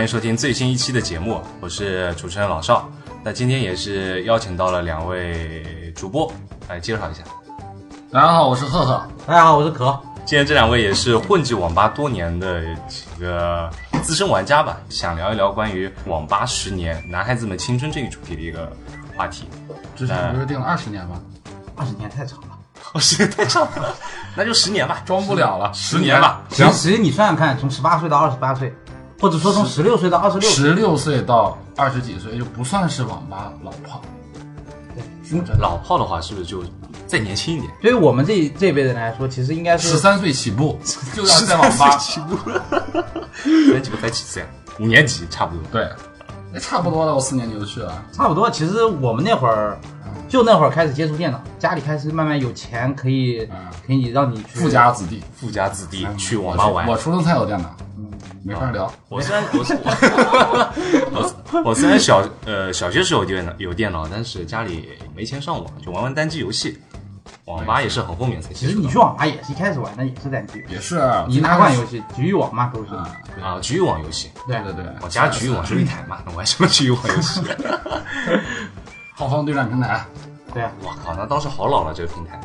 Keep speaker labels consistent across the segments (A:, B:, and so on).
A: 迎收听最新一期的节目，我是主持人老邵。那今天也是邀请到了两位主播来介绍一下。
B: 大家好，我是赫赫。
C: 大家好，哎我是可。
A: 今天这两位也是混迹网吧多年的几个资深玩家吧，想聊一聊关于网吧十年男孩子们青春这个主题的一个话题。
B: 之前不是定了二十年吗？
C: 二十年太长了，
A: 我时间哦太长了，那就十年吧，
B: 装不了了，
A: 十年吧。
C: 其实你算算看，从十八岁到二十八岁，或者说从十六岁到二十六，
B: 十六岁到二十几岁就不算是网吧老炮。说真的，
A: 老炮的话，是不是就再年轻一点？。
C: 对于我们这这辈人来说，其实应该
B: 十
C: 是
B: 三岁起步就要在网 吧
A: 起步了， 你们几个才几岁啊？五年级差不多。
B: 对，那哎差不多了，我四年级就去了。啊
C: 差不多。其实我们那会儿，
B: 嗯
C: 就那会儿开始接触电脑，家里开始慢慢有钱，可以
B: 嗯
C: 可以让你去
B: 富家子弟，嗯
A: 富家子弟嗯去网吧玩
B: 我。初中才有电脑，没法聊。
A: 我虽然我是我 我我虽然小呃小学时候有电脑有电脑，但是家里没钱上网，就玩玩单机游戏。网吧也是很后面才
C: 其
A: 接
C: 实
A: 触
C: 你去
A: 的
C: 网吧也是一开始玩的也是单机，
B: 也是，
C: 你哪款游戏？局域网嘛，都是。
B: 啊？
A: 啊，局域网游戏。
C: 对
B: 对对对，
A: 我家局域网是啊擂台嘛，那玩什么局域网游戏？
B: 浩方对战平台，
C: 对啊，
A: 我靠，那当时好老了这个平台，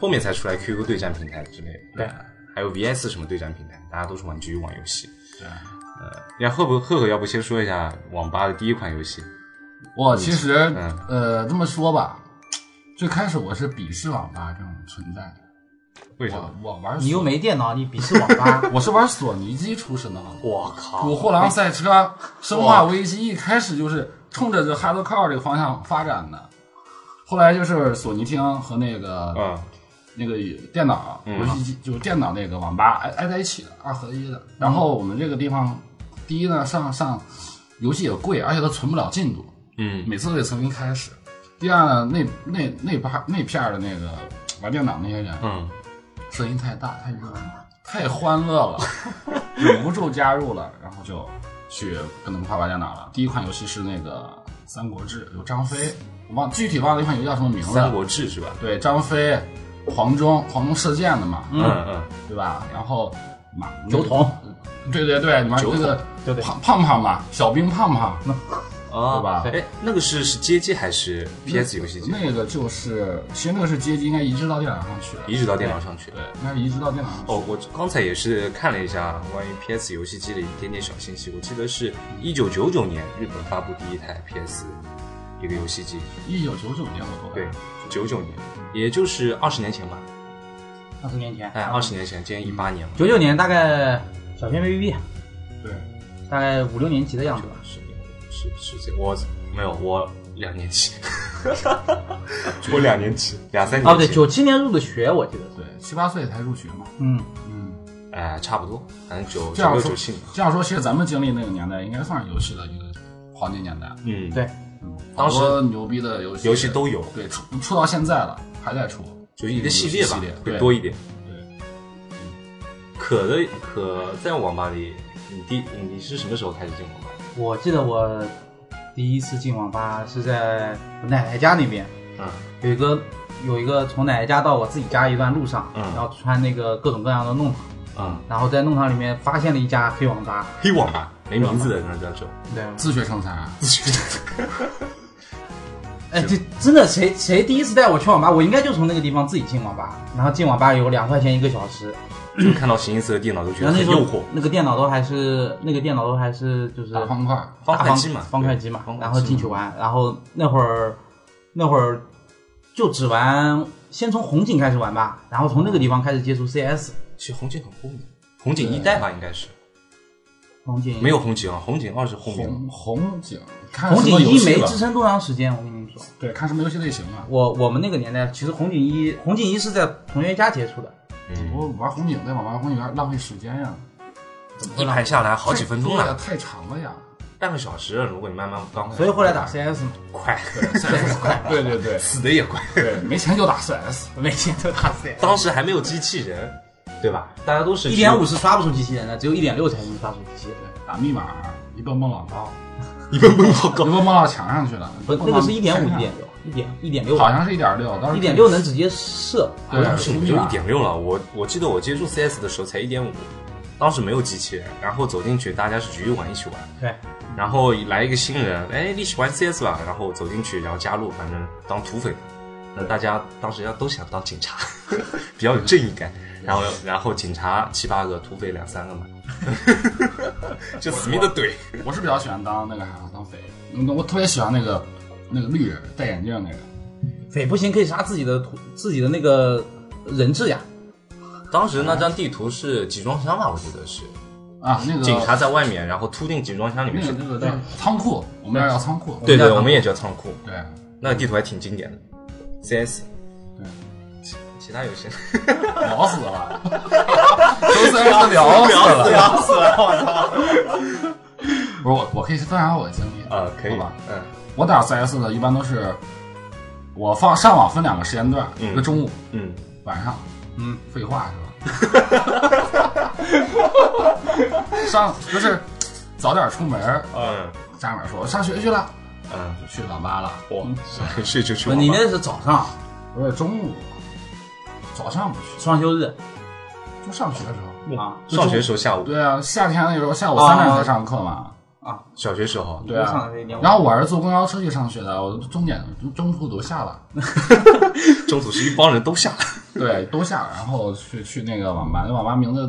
A: 后面才出来 QQ 对战平台之类的，
C: 对，
A: 还有 VS 什么对战平台，大家都是玩局域网游戏。
B: 对
A: 呃，要赫不赫赫，要不先说一下网吧的第一款游戏？
B: 我其实
A: 嗯
B: 呃这么说吧，最开始我是鄙视网吧这种存在的。
A: 为什么
B: 我？我玩
C: 你又
B: 索，
C: 没电脑，你鄙视网吧
B: 我是玩索尼机出身的嘛，
A: 我
B: 《
A: 靠
B: 古惑狼赛车》《生化危机》一开始就是冲着这 hardcore 这个方向发展的，后来就是索尼厅和那个、
A: 嗯，
B: 那个电脑
A: 嗯
B: 游戏机，就是电脑那个网吧挨挨在一起的，二合一的。
A: 嗯
B: 然后我们这个地方，第一呢上上游戏也贵，而且它存不了进度，
A: 嗯，
B: 每次都得重新开始。第二呢，那那那吧那片儿的那个玩电脑那些人，
A: 嗯，
B: 声音太大，太热闹，太欢乐了， 忍不住加入了，然后就去跟他们一块玩电脑了。第一款游戏是那个《三国志》，有张飞，我忘具体忘了那款游戏叫什么名字
A: 三
B: 了。
A: 国志是吧？
B: 对，张飞、黄忠，黄忠射箭的嘛，
A: 嗯嗯，
B: 对吧？然后马
C: 酒，桶，
B: 对对对，你玩
A: 酒
B: 这个
C: 对对
B: 胖胖胖嘛，小兵胖胖，
A: 啊，
B: 对吧
A: 哎，那个是是街机还是 PS 游戏机？
B: 那个就是，其实那个是街机，应该移植到电脑上去了。
A: 移植到电脑上去。
B: 对，应该是移植到电脑上去。
A: 哦，我刚才也是看了一下关于 PS 游戏机的一点点小信息，我记得是一九九九年日本发布第一台 PS 一个游戏机，
B: 一九九九年我都
A: 对，九九年，也就是二十年前吧，
C: 二十年前，
A: 哎，二十年前，今年一八年嘛，
C: 九九年大概小学没毕业，
B: 对，
C: 大概五六年级的样子吧。
A: 十年是是这，我没有，我两年级， 我两年级，两三
C: 啊，
A: 年
C: 不对，
A: 级，
C: 九七年入的学，我记得是。
B: 对，七八岁才入学嘛。
C: 嗯，
B: 嗯，
A: 哎，差不多，反正九九
B: 这样
A: 六
B: 说
A: 九七年，
B: 这样说，其实咱们经历那个年代，应该算是游戏的一个黄金年代。
A: 嗯，
C: 对，
A: 当时
B: 好多牛逼的游戏，
A: 游戏都有，
B: 对出出到现在了，还在出。
A: 就是一个嗯系列吧
B: 游戏系列，
A: 会
B: 对
A: 多一点。
B: 对，
A: 可的可在网吧里，你第你是什么时候开始进网吧？
C: 我记得我第一次进网吧是在我奶奶家那边，
A: 嗯
C: 有一个有一个从奶奶家到我自己家一段路上，
A: 嗯
C: 然后穿那个各种各样的弄堂，
A: 嗯，
C: 然后在弄堂里面发现了一家黑网吧。
A: 黑网吧没名字的那叫做
C: 对，
B: 自学成才，
C: 哎，这真的谁谁第一次带我去网吧，我应该就从那个地方自己进网吧，然后进网吧有两块钱一个小时，
A: 就看到形形色色的电脑都觉得
C: 然后那
A: 很
C: 时候
A: 诱惑，
C: 那个电脑都还是那个电脑都还是就是
B: 大方块儿。
A: 方
C: 大
A: 块机嘛，
C: 方块机嘛
A: 方，块
C: 然后进去玩，然后那会儿那会儿就只玩，先从红警开始玩吧，然后从那个地方开始接触 CS，
A: 其实红警很后面，红警一代吧应该是
C: 红警
A: 没有红警啊，红警二是后面。
B: 红红警，看
C: 红
B: 什
C: 警
B: 么游
C: 一
B: 戏
C: 没
B: 吧
C: 支撑多长时间，我跟你们说，
B: 对，看什么游戏类型啊？
C: 我我们那个年代其实红警一红警一是在同学家接触的，
A: 嗯，
B: 我玩红警在网吧公园浪费时间呀，怎么
A: 一
B: 会浪费
A: 盘下来好几分钟
B: 对呀
A: 了，
B: 太长了呀。
A: 半个小时了。啊如果你慢慢刚，
C: 所以后来打 CS 嘛，
A: 快，
B: 对对对
A: 死的也快。
B: 对，没钱就打 CS。
C: 每天都打 CS，
A: 当时还没有机器人，对吧？大家都是
C: 一点五是刷不出机器人的，只有一点六才能刷出机器人。
B: 对，打密码，一蹦蹦老高，
A: 一分钟 好
B: 一蹦蹦到墙上去了。
C: 不，
B: 蹦
C: 那
B: 到
C: 个是一点
B: 天
C: 五、一
B: 上
C: 点六、一点一点六，
B: 好像是一点六，当时
C: 一点六能直接射。
A: 好像
B: 对，
A: 是
B: 是
A: 没有一点六了。我我记得我接触 CS 的时候才一点五，当时没有机器人，然后走进去大家是局域网一起玩，
C: 对，
A: 然后来一个新人，哎，一起玩 CS 吧，然后走进去，然后加入，反正当土匪。那大家当时要都想当警察， 比较有正义感。然后，然后警察七八个，土匪两三个嘛， 就死命的怼。
B: 我是比较喜欢当那个啥，当匪。嗯我特别喜欢那个那个绿人戴眼镜那个，
C: 匪不行可以杀自己的徒自己的那个人质呀，
A: 当时那张地图是集装箱吧，我记得是
B: 啊，那个
A: 警察在外面，然后突进集装箱里
B: 那
A: 面
B: 个
A: 去。
B: 那个叫仓库，我们那儿叫仓库。
A: 对
C: 那
A: 对，
C: 个
A: 我们也叫仓库，
B: 对，
A: 那个地图还挺经典的。CS，
B: 对嗯
A: 其其他游 戏
B: 聊死了， 周三聊 聊死了，啊聊死了，我操！不是我，我可以分享我的经历
A: 啊，可以
B: 好吧？，
A: 嗯
B: 我打 CS 呢，一般都是我放上网分两个时间段，
A: 嗯
B: 一个中午，
A: 嗯，
B: 晚上，嗯，废话是吧？上就是早点出门，
A: 嗯
B: 家里面说我上学去了，
A: 嗯，
B: 就去网吧了。嗯
A: 哇，睡就去
C: 不
A: 网吧。
C: 你那是早上
B: 我也中午，早上不去，
C: 双休日
B: 就上学的时候。
C: 啊
A: 上学时候下午，
B: 对啊，夏天那时候下午三点才上课嘛。
C: 啊，
A: 小学时候，
B: 对啊
C: 上的那天我
B: 然后我是坐公交车去上学的，我终点中途都下了，
A: 中途是一帮人都下。
B: 对，都下了，然后去去那个网吧，那网吧名字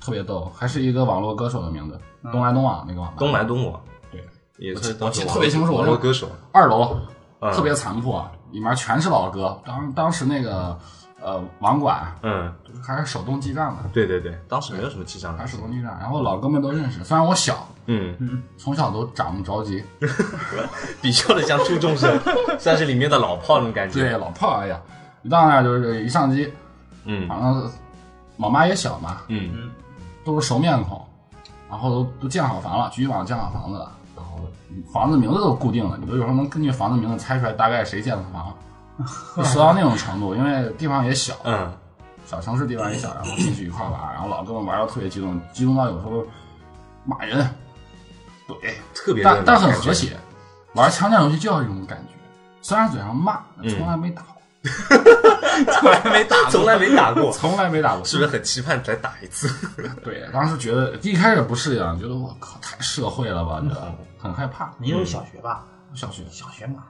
B: 特别逗，还是一个网络歌手的名字，东来东往那个网吧，
A: 东来东往，
B: 对，
A: 也
B: 我
A: 是
B: 记
A: 当时
B: 我记得
A: 网
B: 特别清楚
A: 网
B: 我
A: 络
B: 就
A: 歌手，
B: 二楼
A: 嗯
B: 特别残破，里面全是老歌。当当时那个呃网管
A: 嗯，
B: 还是手动记账的，
A: 对对对，当时没有什么记账
B: 还
A: 的
B: 是，手动记账。然后老哥们都认识，虽然我小，
A: 嗯，
B: 从小都长不着急。
A: 比较的像初中 生，算是里面的老炮那种感
B: 对，
A: 觉。
B: 老炮儿，哎呀，一到那儿就是一上机，
A: 嗯
B: 反正网吧也小嘛，
A: 嗯，
B: 都是熟面孔，然后都都建好房了，局域网建好房子了，然后房子名字都固定了，你都有时候能根据房子名字猜出来大概谁建的房。就熟到那种程度，因为地方也小，
A: 嗯，
B: 小城市地方也小，然后进去一块儿玩，然后老哥们玩的特别激动，激动到有时候骂人、怼，
A: 特别热
B: 但
A: 闹
B: 但很
A: 感觉
B: 和谐。玩枪战游戏就要这种感觉，虽然嘴上骂，但从来没
A: 嗯
B: 打过，
A: 从来没打， 从来没打过，
B: 从来没打过。
A: 是不是很期盼再打一次？
B: 对，当时觉得一开始不适应，觉得我靠太社会了吧，觉得
A: 嗯
B: 很害怕。
C: 你有小学吧？
B: 小学，
C: 小学嘛，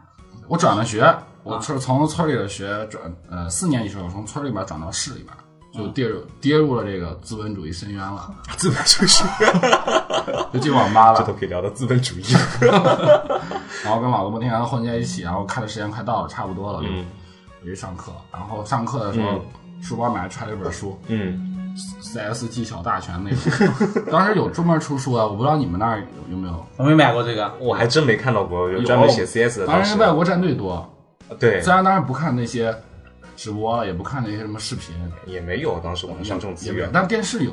B: 我转了学，
A: 啊
B: 我是从村里的学转，呃，四年级时候从村里边转到市里边，
A: 嗯
B: 就跌入跌入了这个资本主义深渊了，
A: 资本主义，
B: 就进 网吧了
A: 这。都可以聊到资本主义。
B: 然后跟老哥们天天混在一起，然后看的时间快到了，差不多了，就
A: 嗯
B: 我就去上课。然后上课的时候，书包里面还揣了一本书
A: 嗯，
B: ，CS 技巧大全那种。 当时有专门出书啊，我不知道你们那儿有有没有。
C: 我没买过这个，
A: 我还真没看到过有专门写 CS 的，
B: 当
A: 当
B: 然
A: 时
B: 是外国战队多，
A: 对
B: 虽然当时不看那些直播啊了，也不看那些什么视频，
A: 也没有，当时网上这种资
B: 也没有
A: 源，
B: 但电视有，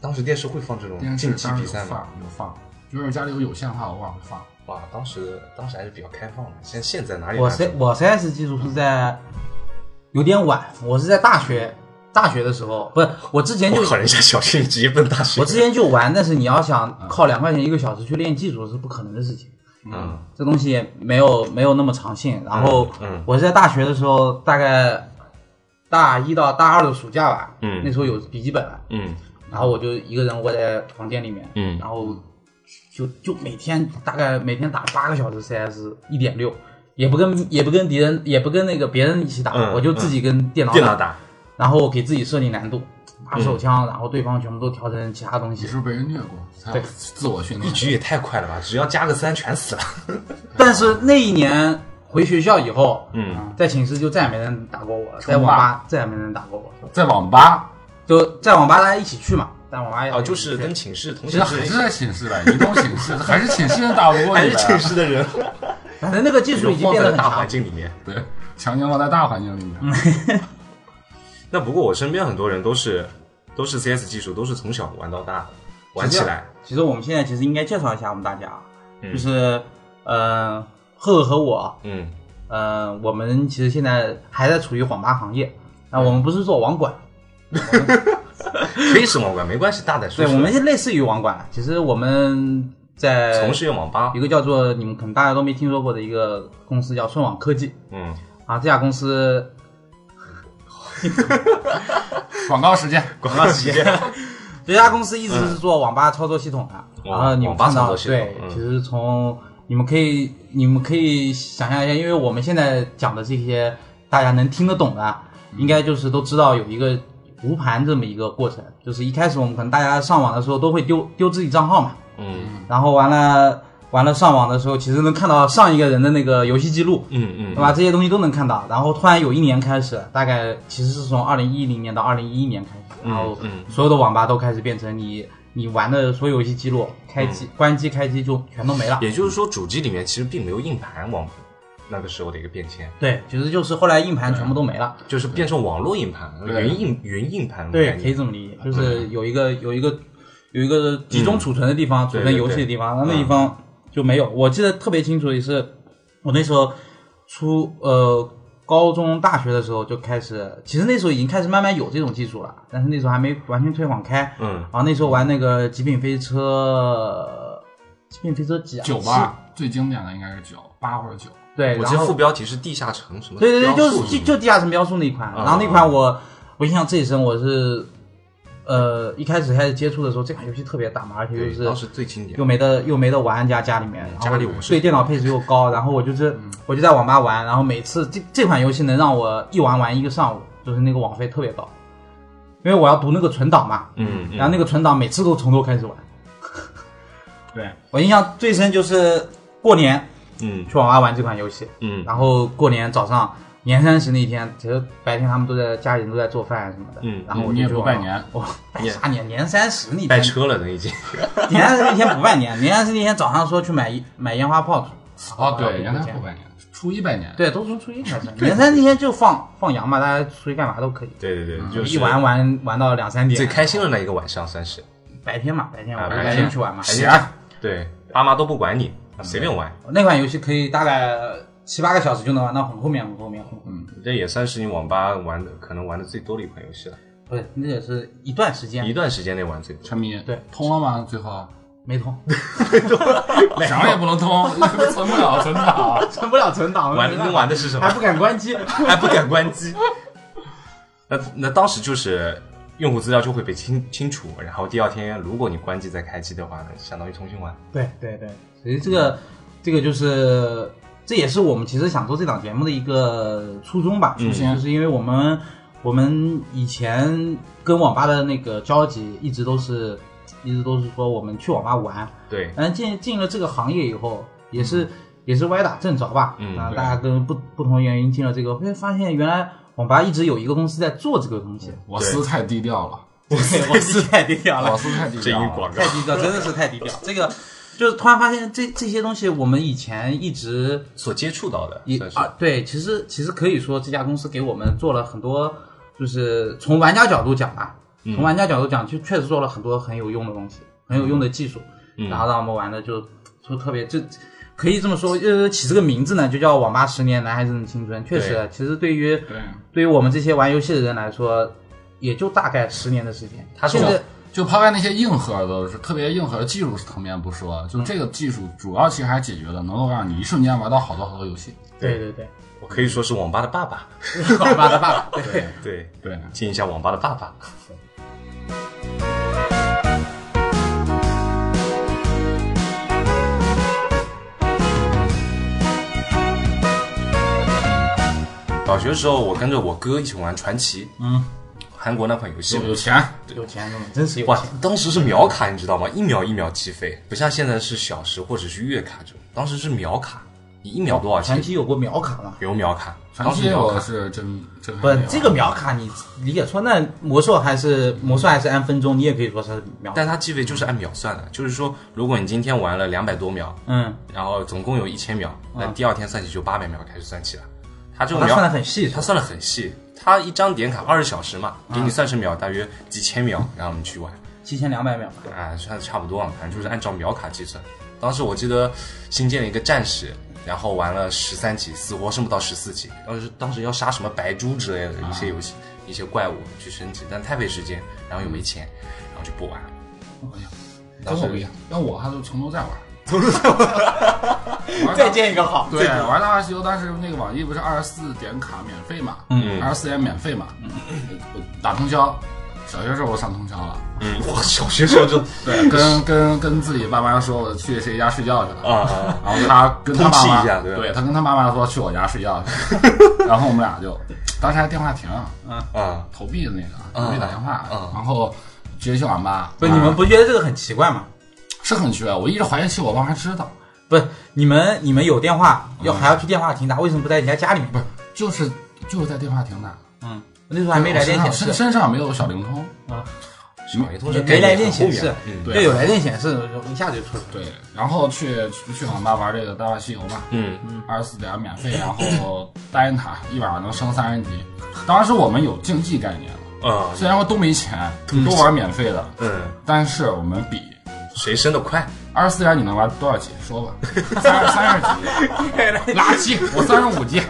A: 当时电视会放这种
B: 电视
A: 竞技
B: 当时
A: 比
B: 有
A: 赛
B: 放
A: 吗？
B: 有放，就是家里有有线话，我忘了放。
A: 哇，当时当时还是比较开放的，现现在哪里
C: 我
A: 哪里
C: C 我 CS 技术是在有点晚，我是在大学大学的时候，不是我之前就
A: 我靠，人家小学直接奔大学。
C: 我之前就玩，但是你要想靠两块钱一个小时去练技术是不可能的事情，
A: 嗯
C: 这东西没有没有那么长性。然后
A: 嗯嗯
C: 我是在大学的时候，大概大一到大二的暑假吧，
A: 嗯
C: 那时候有笔记本了，
A: 嗯
C: 然后我就一个人窝在房间里面，
A: 嗯
C: 然后就就每天大概每天打八个小时 CS 一点六，也不跟也不跟敌人也不跟那个别人一起打，
A: 嗯
C: 我就自己跟电脑
A: 电脑嗯打，
C: 然后给自己设定难度，拿手枪，然后对方全部都调成其他东
B: 你
C: 西。
B: 是不是被人虐过？才有
C: 对
B: 自我训
A: 一
B: 练。
A: 局也太快了吧！只要加个三全死了。
C: 但是那一年回学校以后，
A: 嗯
C: 在寝室就再也没人打过我了，在
B: 网
C: 网
B: 吧
C: 吧再也没人打过我了，
B: 在网吧，
C: 就在网吧大家一起去嘛，在网吧也
A: 啊，就是跟寝室同
B: 其
A: 寝
B: 实
A: 室
B: 还是啊在寝室呗，移动寝室，还是寝室人打不过
A: 还
B: 你
A: 是寝
B: 呗。
A: 室的人，
B: 啊
C: 反正那个技术已经
A: 放
C: 变
A: 在
C: 得
A: 了大
C: 很强
A: 环。境里面。
B: 对，强行放在大环境里面。
A: 嗯那不过我身边很多人都是都是 CS 技术，都是从小玩到大的，玩起来。
C: 其实我们现在其实应该介绍一下我们大家，就是呃，赫赫和我，
A: 嗯
C: 呃，我们其实现在还在处于网吧行业，那我们不是做网管，
A: 嗯 可以是网管没关系，大胆说
C: 对，
A: 说。
C: 我们是类似于网管，啊其实我们在
A: 从事业网吧
C: 一，个叫做你们可能大家都没听说过的一个公司叫顺网科技
A: 嗯，
C: 啊，这家公司
B: 广告时间，
A: 广告时间，
C: 人家公司一直是做网吧操作系统的，啊然后你
A: 嗯哦
C: 们
A: 网吧
C: 看
A: 操
C: 到
A: 作系统
C: 对，
A: 嗯
C: 其实从你们可以你们可以想象一下，因为我们现在讲的这些大家能听得懂的，
A: 嗯
C: 应该就是都知道有一个无盘这么一个过程，就是一开始我们可能大家上网的时候都会丢丢自己账号嘛，
A: 嗯
C: 然后完了完了上网的时候，其实能看到上一个人的那个游戏记录，
A: 嗯嗯，
C: 对吧？这些东西都能看到。然后突然有一年开始，大概其实是从二零一零年到二零一一年开始，然后
A: 嗯嗯
C: 所有的网吧都开始变成你你玩的所有游戏记录，开机、关机、开机就全都没了。
A: 嗯也就是说，主机里面其实并没有硬盘网那个时候的一个变迁，
C: 对，其实就是后来硬盘全部都没了。
A: 就是变成网络硬盘、
B: 对
A: 云硬云硬盘的概
C: 对，可以
A: 念。
C: 这么理解，就是有一个有一个有一个集中储存的地方，储
A: 对
C: 存
A: 对
C: 游戏的地
A: 嗯
C: 方，那那地方就没有。我记得特别清楚，也是我那时候初呃高中、大学的时候就开始，其实那时候已经开始慢慢有这种技术了，但是那时候还没完全推广开。
A: 嗯，
C: 然后那时候玩那个《极品飞车》，《极品飞车》几啊？
B: 九吧，最经典的应该是九八或者九。
C: 是？对，
A: 我记
C: 然
A: 得
C: 后
A: 副标题是地下城什么
C: 对对对，
A: 雕
C: 就
A: 塑
C: 是就就地下城雕塑那一款，
A: 啊
C: 然后那款我我印象最深，我是呃一开始开始接触的时候，这款游戏特别大嘛，而且
A: 对，
C: 就
A: 当
C: 是
A: 时最经典
C: 又。没得又没得玩，家家里面，然后
A: 嗯家里我是嗯
C: 对电脑配置又高，然后我就是我就在网吧玩，然后每次这这款游戏能让我一玩玩一个上午，就是那个网费特别高，因为我要读那个存档嘛，
A: 嗯，嗯
C: 然后那个存档每次都从头开始玩，
B: 对，
C: 我印象最深就是过年
A: 嗯
C: 去网吧玩这款游戏，
A: 嗯
C: 然后过年早上年三十那一天，其实白天他们都在家里人都在做饭什么的，
A: 嗯
C: 然后我
B: 你
C: 就
B: 也
C: 去
B: 不
C: 网吧
B: 拜年，
C: 我拜啥年？年三十那
A: 拜
C: 天，
A: 车了，都已经。
C: 年三十那天不拜年，年三十那天早上说去买买烟花炮竹，
B: 哦，对，原
C: 然后
B: 来
C: 就
B: 不拜年，初一拜年。
C: 对，都从初一开始，年三十那天就放 放羊嘛，大家出去干嘛都可以，
A: 对对对，就是
C: 嗯一玩玩玩到两三点，
A: 最开心的那一个晚上，算是
C: 白天嘛，白天
A: 啊
C: 我就
A: 白
C: 白
A: 天
C: 天去玩嘛，
B: 闲儿，
A: 对，爸妈都不管你，随便玩，
C: 那款游戏可以大概七八个小时就能玩到很后面很后面很后面，
A: 这也算是你网吧玩的可能玩的最多的一款游戏了，
C: 不是那也是一段时间
A: 一段时间内玩最多。
B: 沉迷
C: 对
B: 通了吗？最后
C: 没通，
B: 啥也不能通， 存不了，存不了。
C: 存不了存档，
A: 玩能玩的是什么？
C: 哦不敢关 机。
A: 还不敢关机。 那那当时就是用户资料就会被清清除，然后第二天如果你关机再开机的话，相当于重新玩。
C: 对对对，所以这个这个就是这也是我们其实想做这档节目的一个初衷吧，
A: 嗯
C: 就是因为我们我们以前跟网吧的那个交集一直都是一直都是说我们去网吧玩，
A: 对，
C: 但进进了这个行业以后也是。也是歪打正着吧，
A: 嗯
C: 啊，
A: 对
C: 大家跟不不同原因进了这个，会哎发现原来网吧一直有一个公司在做这个东西，
B: 我司太低调了，
C: 对， 我是太低调了，
B: 我司太低
A: 这
B: 调
A: 一
B: 了。
A: 广告
C: 太。低调，真的是太低调。这个就是突然发现这这些东西，我们以前一直
A: 所接触到的
C: 一
A: 算是、
C: 啊，对，其实其实可以说这家公司给我们做了很多，就是从玩家角度讲吧，
A: 嗯
C: 从玩家角度讲，就确实做了很多很有用的东西，很有用的技术，
A: 嗯
C: 然后让我们玩的就就特别就。可以这么说，就是起这个名字呢，就叫“网吧十年，男孩子的青春”。确实
A: 对，
C: 其实对于
B: 对，
C: 对于我们这些玩游戏的人来说，也就大概十年的时间。
A: 他是
C: 现在
B: 就抛开那些硬核的，是特别硬核的技术层面不说，就这个技术主要其实还解决了能够让你一瞬间玩到好多好多游戏。
C: 对对对，
A: 我可以说是网吧的爸爸。
C: 网吧的爸爸，对，
A: 对，
B: 对，
A: 听一下网吧的爸爸。小学时候，我跟着我哥一起玩传奇，嗯，韩国那款游戏
B: 有，有钱，
C: 有钱真的真是有
A: 哇
C: 钱。，
A: 当时是秒卡，你知道吗？一秒一秒计费，不像现在是小时或者是月卡这种，当时是秒卡，你一秒多少
C: 传
A: 钱？
C: 奇有过秒卡吗？
A: 有秒卡，
B: 传
A: 当时
B: 奇
A: 秒
B: 我
A: 卡，
B: 是真真还
C: 不
B: 没有，
C: 这个秒卡你理解错，那魔兽还是魔兽还是按分钟，你也可以说它是秒卡。
A: 但它计费就是按秒算的，就是说，如果你今天玩了两百多秒，
C: 嗯，
A: 然后总共有一千秒，
C: 啊
A: 那第二天算起就八百秒开始算起了。它这
C: 它
A: 个
C: 算
A: 秒，
C: 的很细，啊
A: 它算的很细，它一张点卡二十小时嘛，给你算成秒，大约几千秒，然后你去玩，
C: 七千两百 秒吧。
A: 啊，算差不多了，反正就是按照秒卡计算。当时我记得新建了一个战士，然后玩了十三级，死活升不到十四级。当时当时要杀什么白猪之类的一
C: 啊
A: 些游戏、一些怪物去升级，但太费时间，然后又没钱，然后就不玩了。
B: 跟我不一样，要我还就从头再玩，从头再玩
C: 建一个好
B: 对，玩《大话西游》当时那个网易不是二十四点卡免费嘛，
C: 嗯
B: 二十四点免费嘛，我打通宵，小学时候我上通宵了，
A: 嗯， 我小学时候 就
B: 对，跟跟跟自己爸妈说我去谁家睡觉去了，
A: 啊啊，
B: 然后他跟他爸
A: 通
B: 妈
A: 气一下对吧
B: 对他跟他妈妈说去我家睡觉去， 然后我们俩就当时还电话亭
A: 啊啊，
B: 投币的那个投币打电话，
A: 嗯
B: 然后直接去网吧，啊
C: 不是，你们不觉得这个很奇怪吗？
B: 是很缺，我一直怀疑起我爸妈知道，
C: 不是，你们你们有电话要还要去电话亭打，为什么不在人家家里面？
B: 不是就是就是在电话亭打，
C: 嗯，那时候还没来电
B: 我身上
C: 显
B: 身
C: 示，
B: 身上没有小灵通，
A: 小学同学
C: 也没来电显示
A: 概念很后面嗯，
B: 对
C: 要有来电显示，一下就出来了。
B: 对，然后去去去网吧玩这个《大话西游》嘛，
A: 嗯，
B: 二十四点免费，然后 单人塔一晚上能升三十级。当时我们有竞技概念了，
A: 啊，
B: 虽然说都没钱，都玩免费的，
A: 嗯，
B: 但是我们比
A: 谁升的快？
B: 二十四点你能玩多少级？说吧， 三三十级， 垃圾，我三十五级。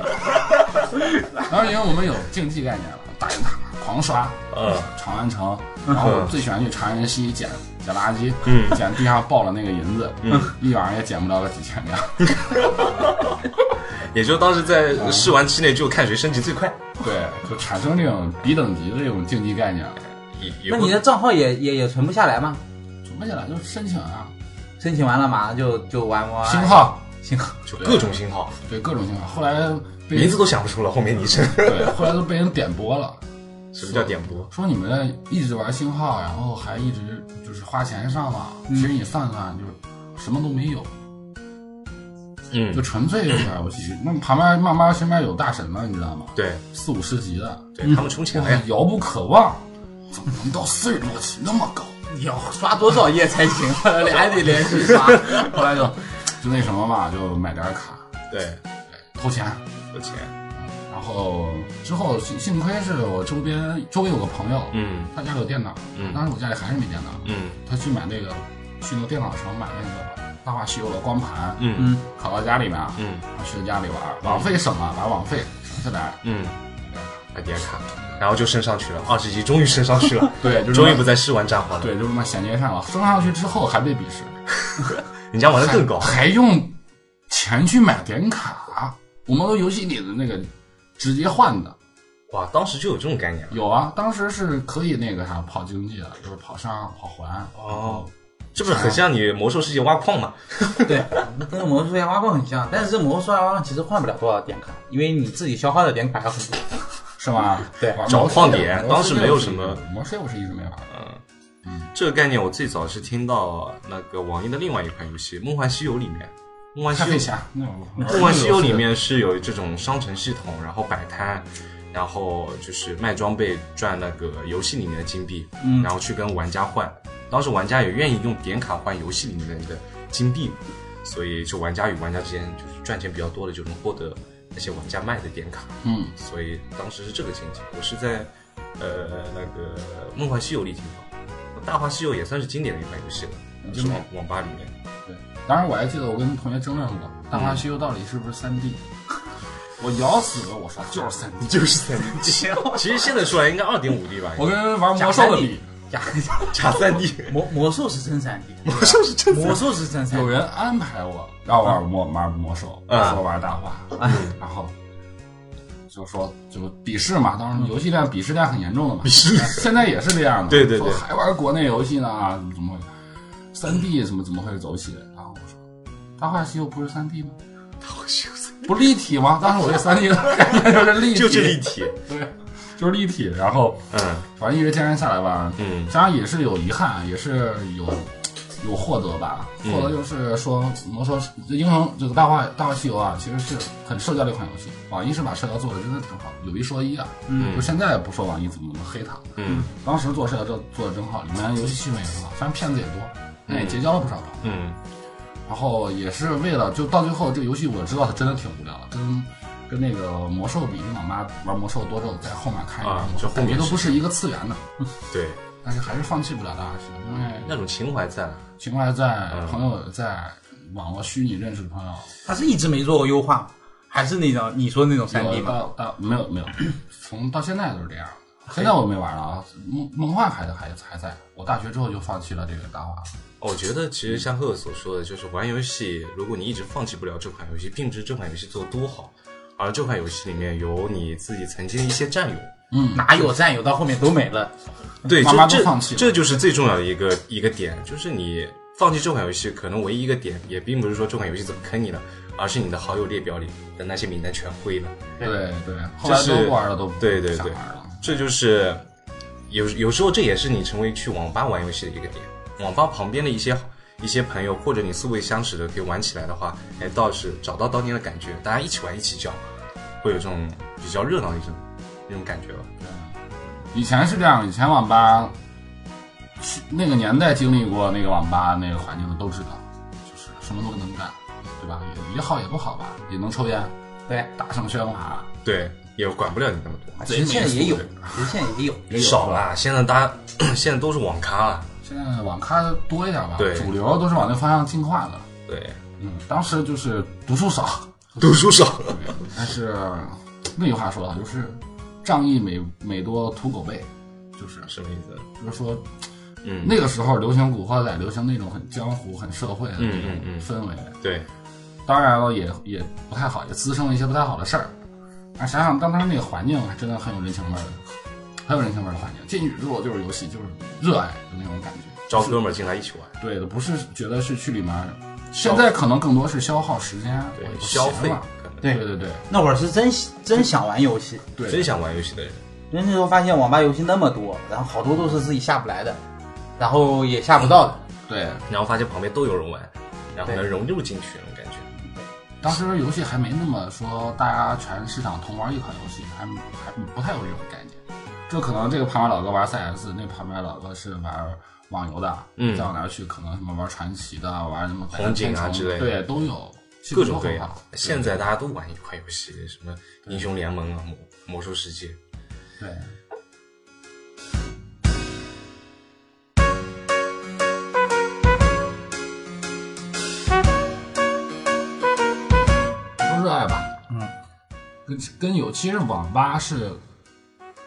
B: 当时因为我们有竞技概念了，单人塔狂刷，
A: 嗯
B: 长安城，然后我最喜欢去长安溪捡捡垃圾，
A: 嗯
B: 捡地上爆了那个银子，一晚上也捡不着个几千两。
A: 也就当时在试玩期内就看谁升级最快。
B: 对，就产生这种比等级的这种竞技概念了。
A: 也也
C: 那
A: 会
C: 你的账号也也也存不下来吗？
B: 准备起来就是申请啊，
C: 申请完了，马上就就玩
A: 哎
C: 玩
B: 星号，
C: 星号，
A: 就各种型号，
B: 对各种星号。后来被
A: 名字都想不出了，后面昵称
B: 对，后来都被人点播了，
A: 什么叫点播？
B: 说你们一直玩星号，然后还一直就是花钱上网，其实你算算就是什么都没有，
A: 嗯
B: 就，纯粹就是玩游戏。那旁边慢慢身边有大神了，你知道吗？
A: 对
B: 四五十级的，
A: 对，他们充钱
B: 我
A: 呀，
B: 遥不可望，怎么能到四十多级那么高？
C: 你要刷多少页才行？ 还得连续 刷。
B: 后来就就那什么嘛，就买点卡，
A: 对，
B: 投钱。
A: 有钱，
B: 然后之后幸幸亏是我周边周围有个朋友，
A: 嗯
B: 他家里有电脑，
A: 嗯
B: 当时我家里还是没电脑，
A: 嗯
B: 他去买那个去那个电脑城买那个《大话西游》的光盘，
A: 嗯
C: 嗯，
B: 拷到家里面，
A: 嗯
B: 然后去家里玩，网费省了，把网费省下来，
A: 嗯，买点卡，然后就升上去了，二十级终于升上去了，
B: 对，就是
A: 终于不再试玩战皇了，
B: 对，就是嘛衔接上了，升上去之后还被鄙视，
A: 人家玩的更高，
B: 还用钱去买点卡，我们都游戏里的那个直接换的，
A: 哇，当时就有这种概念了，
B: 有啊，当时是可以那个啥跑经济的，啊就是跑上跑环，
A: 哦，这不是很像你魔兽世界挖矿嘛？
C: 对，跟魔术挖矿很像，但是这魔术挖矿其实换不了多少点卡，因为你自己消耗的点卡还很多。
B: 是吗？
C: 对
B: 玩
A: 找
B: 魔兽
A: 矿点
B: 魔兽
A: 当时没有什
B: 我
A: 么
B: 是魔兽，我是一直没玩啊的。
A: 这个概念我最早是听到那个网易的另外一款游戏《梦幻西游》里面，《梦幻
B: 咖
A: 西
B: 啡
A: 游》
B: 侠那种玩
A: 《梦幻西游》里面是有这种商城系统，然后摆摊，然后就是卖装备赚那个游戏里面的金币，
C: 嗯
A: 然后去跟玩家换。当时玩家也愿意用点卡换游戏里面的那个金币，所以就玩家与玩家之间就是赚钱比较多的就能获得那些玩家卖的点卡，
B: 嗯，
A: 所以当时是这个情景。我是在呃那个《梦幻西游》里听到，《大话西游》也算是经典的一款游戏了，是网网吧里面。
B: 对。当然我还记得我跟同学争论过，《大话西游》到底是不是三 D？我咬死了，我说就是三 D。
A: 就是三 D，其 实现在出来应该二点五 D 吧，
B: 我跟玩魔兽的比，
C: 假
A: 假三 D，
C: 魔魔术是真三 D，
A: 魔兽是真
C: 魔术是真三
B: 有
C: D。
B: 人安排我让我玩魔玩魔兽，
A: 啊
B: 说玩大话，然后就说就鄙视嘛，当时游戏量鄙视量很严重的嘛，鄙视现在也是这样的。
A: 对对
B: 说
A: 对
B: 还玩国内游戏呢？怎么会？三 D 怎么怎么会走起？然后我说，大话西游不是三 D 吗？不立体吗？当时我对三 D 的概念就是立体，
A: 就是立体，
B: 对，就是立体。然后
A: 嗯
B: 反正一直坚持下来吧，
A: 嗯
B: 当然也是有遗憾，也是有有获得吧。
A: 嗯
B: 获得就是说，魔兽英雄这个大话大话西游啊，其实是很社交的一款游戏。网易是把社交做的真的挺好，有一说一啊。
A: 嗯
B: 就现在不说网易怎么怎么黑它，
A: 嗯
B: 当时做社交做做的真好，里面游戏系统也很好，虽然骗子也多，但也结交了不少朋友。
A: 嗯
B: 然后也是为了就到最后这个游戏，我知道它真的挺无聊的，跟跟那个魔兽比，跟我妈玩魔兽多肉在后面看一玩
A: 啊
B: 魔
A: 这
B: 兽，
A: 后
B: 感
A: 面
B: 觉都
A: 是
B: 不是一个次元的。
A: 对，
B: 但是还是放弃不了大学，因为
A: 那种情怀在，
B: 情怀在，
A: 嗯
B: 朋友也在，网络虚拟认识的朋友，
C: 他是一直没做过优化吗，还是那种你说那种三 D
B: 有
C: 吗？
B: 到到没有 没有，从到现在都是这样。现在我没玩了啊，梦梦幻还在还还在。我大学之后就放弃了这个大话了。
A: 我觉得其实像赫赫所说的，就是玩游戏，如果你一直放弃不了这款游戏，并不是这款游戏做得多好，而这款游戏里面有你自己曾经的一些战友，
B: 嗯，
C: 哪有战友到后面都没了？
A: 对，
B: 妈妈
A: 这
B: 都
A: 这
B: 放弃了
A: 这就是最重要的一个一个点，就是你放弃这款游戏，可能唯一一个点，也并不是说这款游戏怎么坑你了，而是你的好友列表里的那些名单全灰了。
B: 对对，后
A: 这
B: 来
A: 是
B: 都不玩了，都不
A: 对对
B: 想
A: 对
B: 玩了。
A: 这就是有有时候这也是你成为去网吧玩游戏的一个点，网吧旁边的一些一些朋友或者你素未相识的可以玩起来的话，哎，倒是找到当年的感觉，大家一起玩一起叫，会有这种比较热闹的一种那种感觉吧。
B: 以前是这样，以前网吧，去那个年代经历过那个网吧那个环境的都知道，就是什么都能干，对吧？也也好也不好吧，也能抽烟，
C: 对，
B: 大声喧哗，
A: 对，也管不了你那么多，
C: 啊其实现在也有，
B: 贼
C: 其实现在也有，也有。啊
A: 少啦。现在大家 现在都是网咖啊了，
B: 现在网咖多一点吧，
A: 对
B: 主流都是往那方向进化的。
A: 对，
B: 嗯，当时就是读书少，
A: 读书少。
B: 但是那句话说的好，就是仗义每每多屠狗辈，就是
A: 什么意思？
B: 就是说
A: 嗯，
B: 那个时候流行古惑仔，流行那种很江湖、很社会的那
A: 嗯嗯
B: 种
A: 嗯
B: 氛围。
A: 对，
B: 当然了，也也不太好，也滋生了一些不太好的事儿。啊，想想当时那个环境，还真的很有人情味儿，很有人情味儿的环境。进去之后就是游戏，就是热爱的那种感觉。
A: 招哥们儿进来一起玩，
B: 对的，不是觉得是去里面，
A: 消
B: 现在可能更多是消耗时间，我也
A: 对，
B: 不
A: 消
B: 闲
A: 费
B: 了
A: 可能。
B: 对对对
C: 那会儿是真喜真想玩游戏，
B: 对，
A: 真想玩游戏的人，
C: 因为那时候发现网吧游戏那么多，然后好多都是自己下不来的，然后也下不到的。
B: 对。
A: 然后发现旁边都有人玩，然后能
C: 对
A: 融入进去那种感觉。
B: 当时游戏还没那么说，大家全市场同玩一款游戏，还还不太有这种概念。这可能这个旁边老哥玩 CS，那旁边老哥是玩网游的，
A: 嗯
B: 再往哪去可能什么玩传奇的，玩什么
A: 红警啊
B: 百战天
A: 之类的
B: 虫对，都有，其实
A: 各种
B: 都
A: 各
B: 很
A: 样
B: 好。。
A: 现在大家都玩一款游戏，什么英雄联盟啊、魔魔兽世界。
B: 对，都热爱吧，嗯，跟跟有，其实网吧是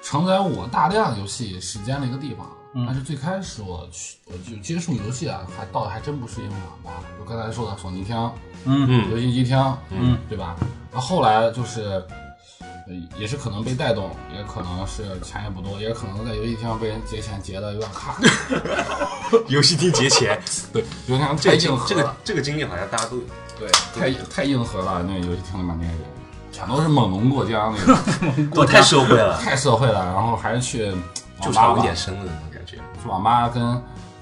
B: 承载我大量游戏时间的一个地方。但是最开始我去我就接触游戏啊，还倒还真不是因为网吧，我刚才说的索尼厅，
A: 嗯
B: 游戏机厅，嗯，对吧？那后来就是，呃也是可能被带动，也可能是钱也不多，也可能在游戏厅被人劫钱劫的有 点卡。
A: 游戏厅节 前，
B: 对，有点
A: 这个
B: 太硬
A: 经
B: 核
A: 这个
B: 了，
A: 这个经历好像大家都有。
B: 对，太太硬核了。那游戏厅里面那些人，全都是猛龙过江那种，
A: 我太社会了，
B: 太社会了。然后还是去
A: 就
B: 网吧
A: 差
B: 吧
A: 五点生了那种感觉。
B: 去网吧跟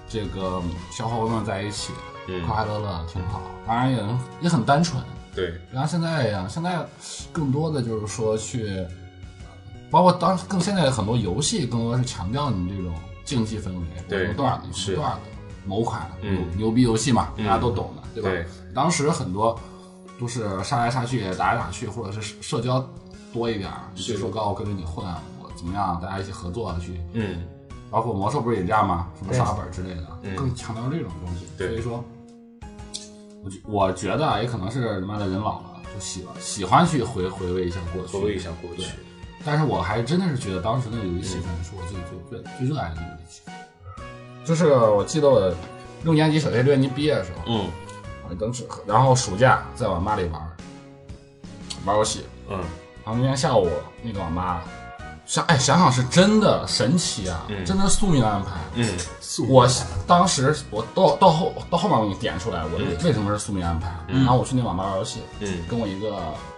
B: 这个小伙伴们在一起，
A: 嗯
B: 快快乐乐挺好。当然也也很单纯，
A: 对，
B: 然后现在一样，现在更多的就是说去，包括当更现在的很多游戏，更多是强调你这种竞技氛围，
A: 对
B: 有多少的，
A: 是
B: 有多少的某款牛、
A: 嗯
B: 牛逼游戏嘛，大
A: 嗯
B: 家都懂的，对吧？
A: 对
B: 当时很多都是杀来杀去、打来打去，或者是社交多一点儿，你技术高，我跟着你混，我怎么样，大家一起合作去
A: 嗯，
B: 包括魔兽不是也这样吗？什么
C: 对
B: 刷本之类的，啊
A: 嗯
B: 更强调这种东西。
A: 对
B: 所以说，我觉我觉得啊也可能是他妈的人老了，就喜喜欢去回回味一下过去。
A: 回味一下过去
B: 对。但是我还真的是觉得当时那个游戏气氛是我最最最最热爱的那个游戏。就是我记得我六年级小学六年级毕业的时候，
A: 嗯
B: 我当时然后暑假在网吧里玩玩游戏，
A: 嗯
B: 然后那天下午那个网吧，想哎想想是真的神奇啊，
A: 嗯
B: 真的是宿命的安排。
A: 嗯，
B: 我当时我到到后到后面我给你点出来，我为什么是宿命安排。啊然后我去那网吧玩游戏，
A: 嗯
B: 跟我一个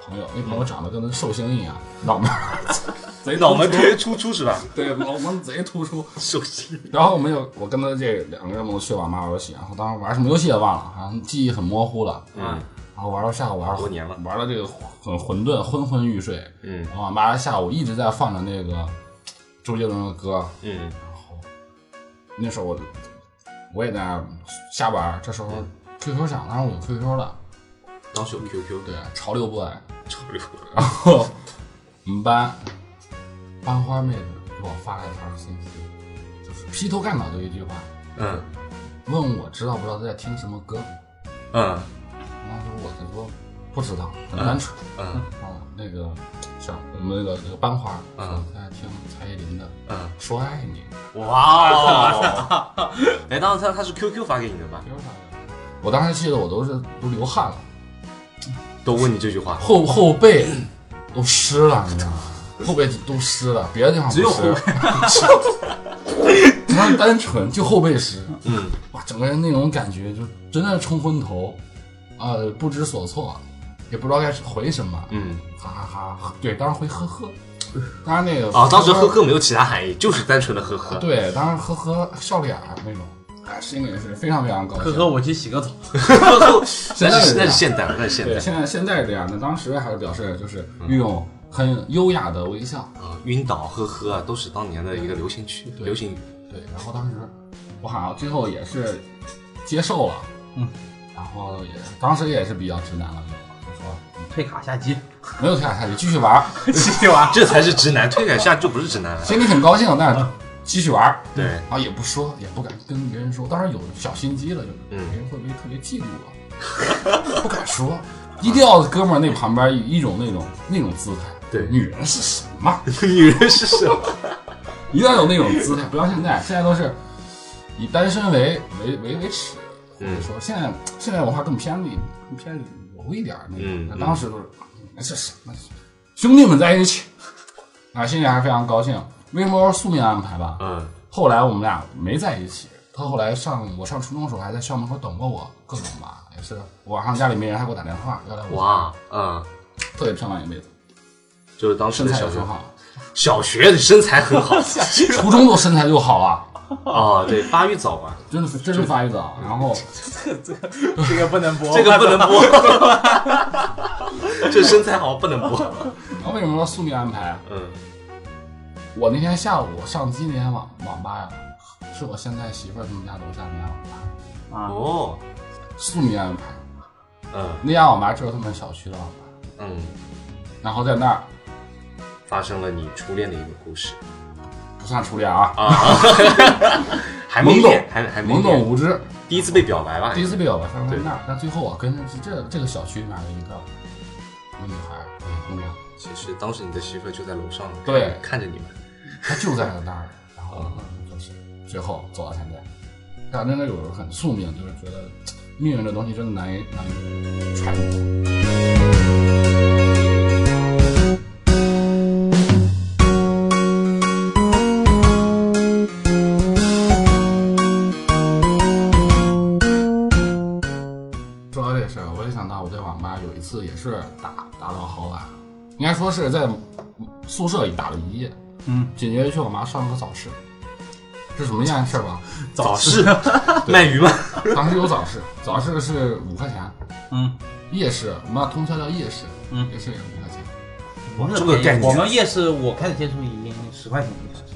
B: 朋友，那朋友长得跟那寿星一样，脑门儿 贼
A: 脑门
B: 突
A: 特
B: 出
A: 别突出是吧？
B: 对脑门贼突出。
A: 手机
B: 然后我们有我跟他这两个人我们去网吧玩游戏，然后当时玩什么游戏也忘了，好像记忆很模糊了。
A: 嗯
B: 然后玩到下午玩
A: 多年了
B: 玩到这个很混沌，昏昏欲睡。
A: 嗯
B: 然后网吧下午一直在放着那个周杰伦的歌，
A: 嗯
B: 那时候我我也在那儿瞎玩儿，这时候 QQ 响，当时我有 QQ 了，
A: 当时有 QQ
B: 对，潮流 boy，
A: 潮流，
B: 然后我们班班花妹子给我发了一条信息，就是劈头盖脑的一句话，
A: 嗯
B: 问我知道不知道在听什么歌，
A: 嗯
B: 然后我就说不知道，很单纯。
A: 嗯
B: 啊，那个小我们那个那个班花，
A: 嗯，
B: 在听蔡依林的《
A: 嗯，
B: 说爱你》，
A: 哇哦！哎，当时他他是 QQ 发给你的吧？
B: 我当时记得我都是都流汗了，
A: 都问你这句话，
B: 后后背都湿了，你知道吗？后背都湿了，别的地方不
C: 只 有
B: 湿
C: 后，
B: 只要单纯就后背湿，
A: 嗯，
B: 哇，整个人那种感觉就真的冲昏头，啊、不知所措，也不知道该回什么，
A: 嗯，
B: 哈哈哈，对，当时回呵呵，当然那个
A: 啊，当时呵呵没有其他含义，就是单纯的呵呵。
B: 对，当时呵呵笑脸儿那种，哎，心里是非常非常高兴。
C: 呵呵，我去洗个澡。
A: 呵呵，
B: 现
A: 那
B: 在
A: 是
B: 是这
A: 那是
B: 样
A: 现代了，那是现代
B: 对，现在现在是这样的，当时还是表示就是运用很优雅的微笑。
A: 啊，晕倒呵呵啊，都是当年的一个流行曲、
B: 对
A: 流行语。
B: 对，然后当时我好像最后也是接受了，
C: 嗯，
B: 然后也当时也是比较直男了，就就说
C: 退卡下机，
B: 没有退下下去，继续玩儿，
C: 继续玩。
A: 这才是直男，推杆下就不是直男了。
B: 心里很高兴，但是继续玩儿。
A: 对，
B: 然后也不说，也不敢跟别人说。当然有小心机了，就是
A: 嗯
B: 别人会不会特别嫉妒我？ 不敢说，低调的哥们儿那旁边一种那种那种姿态，
A: 对
B: 女人是什么？
A: 女人是什么？
B: 一定要有那种姿态，不像现在，现在都是以单身为为为为耻，或
A: 嗯
B: 者说现在现在文化更偏离偏离柔一点儿那种
A: 嗯，
B: 那、
A: 嗯
B: 当时都是那是什么？兄弟们在一起啊，心里还是非常高兴。为什么说宿命安排吧？
A: 嗯，
B: 后来我们俩没在一起，他后来上我上初中的时候还在校门口等过我，各种吧，也是晚上家里没人还给我打电话要来我
A: 哇，嗯，
B: 特别漂亮一妹子，
A: 就是当时
B: 身
A: 的
B: 材
A: 小
B: 也
A: 学
B: 很，好，
A: 小学的身材很好
B: 初中都身材就好了，
A: 啊，对，发育早嘛，
B: 真的真是发育早，然后。
C: 这个不能播，
A: 这个不能播，哦 这身材好不能播。
B: 然后为什么说宿命安排？
A: 嗯
B: 我那天下午上机那天网网吧呀，是我现在媳妇儿他们家楼下那家网吧，
C: 啊，
A: 哦，
B: 宿命安排。
A: 嗯
B: 那家网吧就是他们小区的网吧，
A: 嗯，
B: 然后在那儿
A: 发生了你初恋的一个故事
B: 不算初恋啊，
A: 啊，还没
B: 懵懂
A: 恋，还还没
B: 懵懂
A: 恋，
B: 无知，
A: 第一次被表白吧？
B: 第一次被表白发生在那儿。但最后我跟这这个小区里面的一个一个女孩儿，哎姑娘，
A: 其实当时你的媳妇儿就在楼上，
B: 对
A: 看着你们。
B: 她就在那儿，然后就是最后走到现在，但真的有时候很宿命，就是觉得命运这东西真的难以难以揣摩。说到这事儿，我也想到我在网吧有一次也是打打到好晚，应该说是在宿舍里打了一夜，
C: 嗯，
B: 紧接着去我妈上了个早市，是什么样的事儿吧？
A: 早市 卖鱼吗？
B: 当时有早市，早市是五块钱，
C: 嗯，
B: 夜市我们通宵叫夜市，
C: 嗯
B: 夜市也五块钱，
A: 哇
C: 不是
A: 这个
C: 便宜
A: 概念
C: 我们夜市我开始接触已经十块钱一个小时，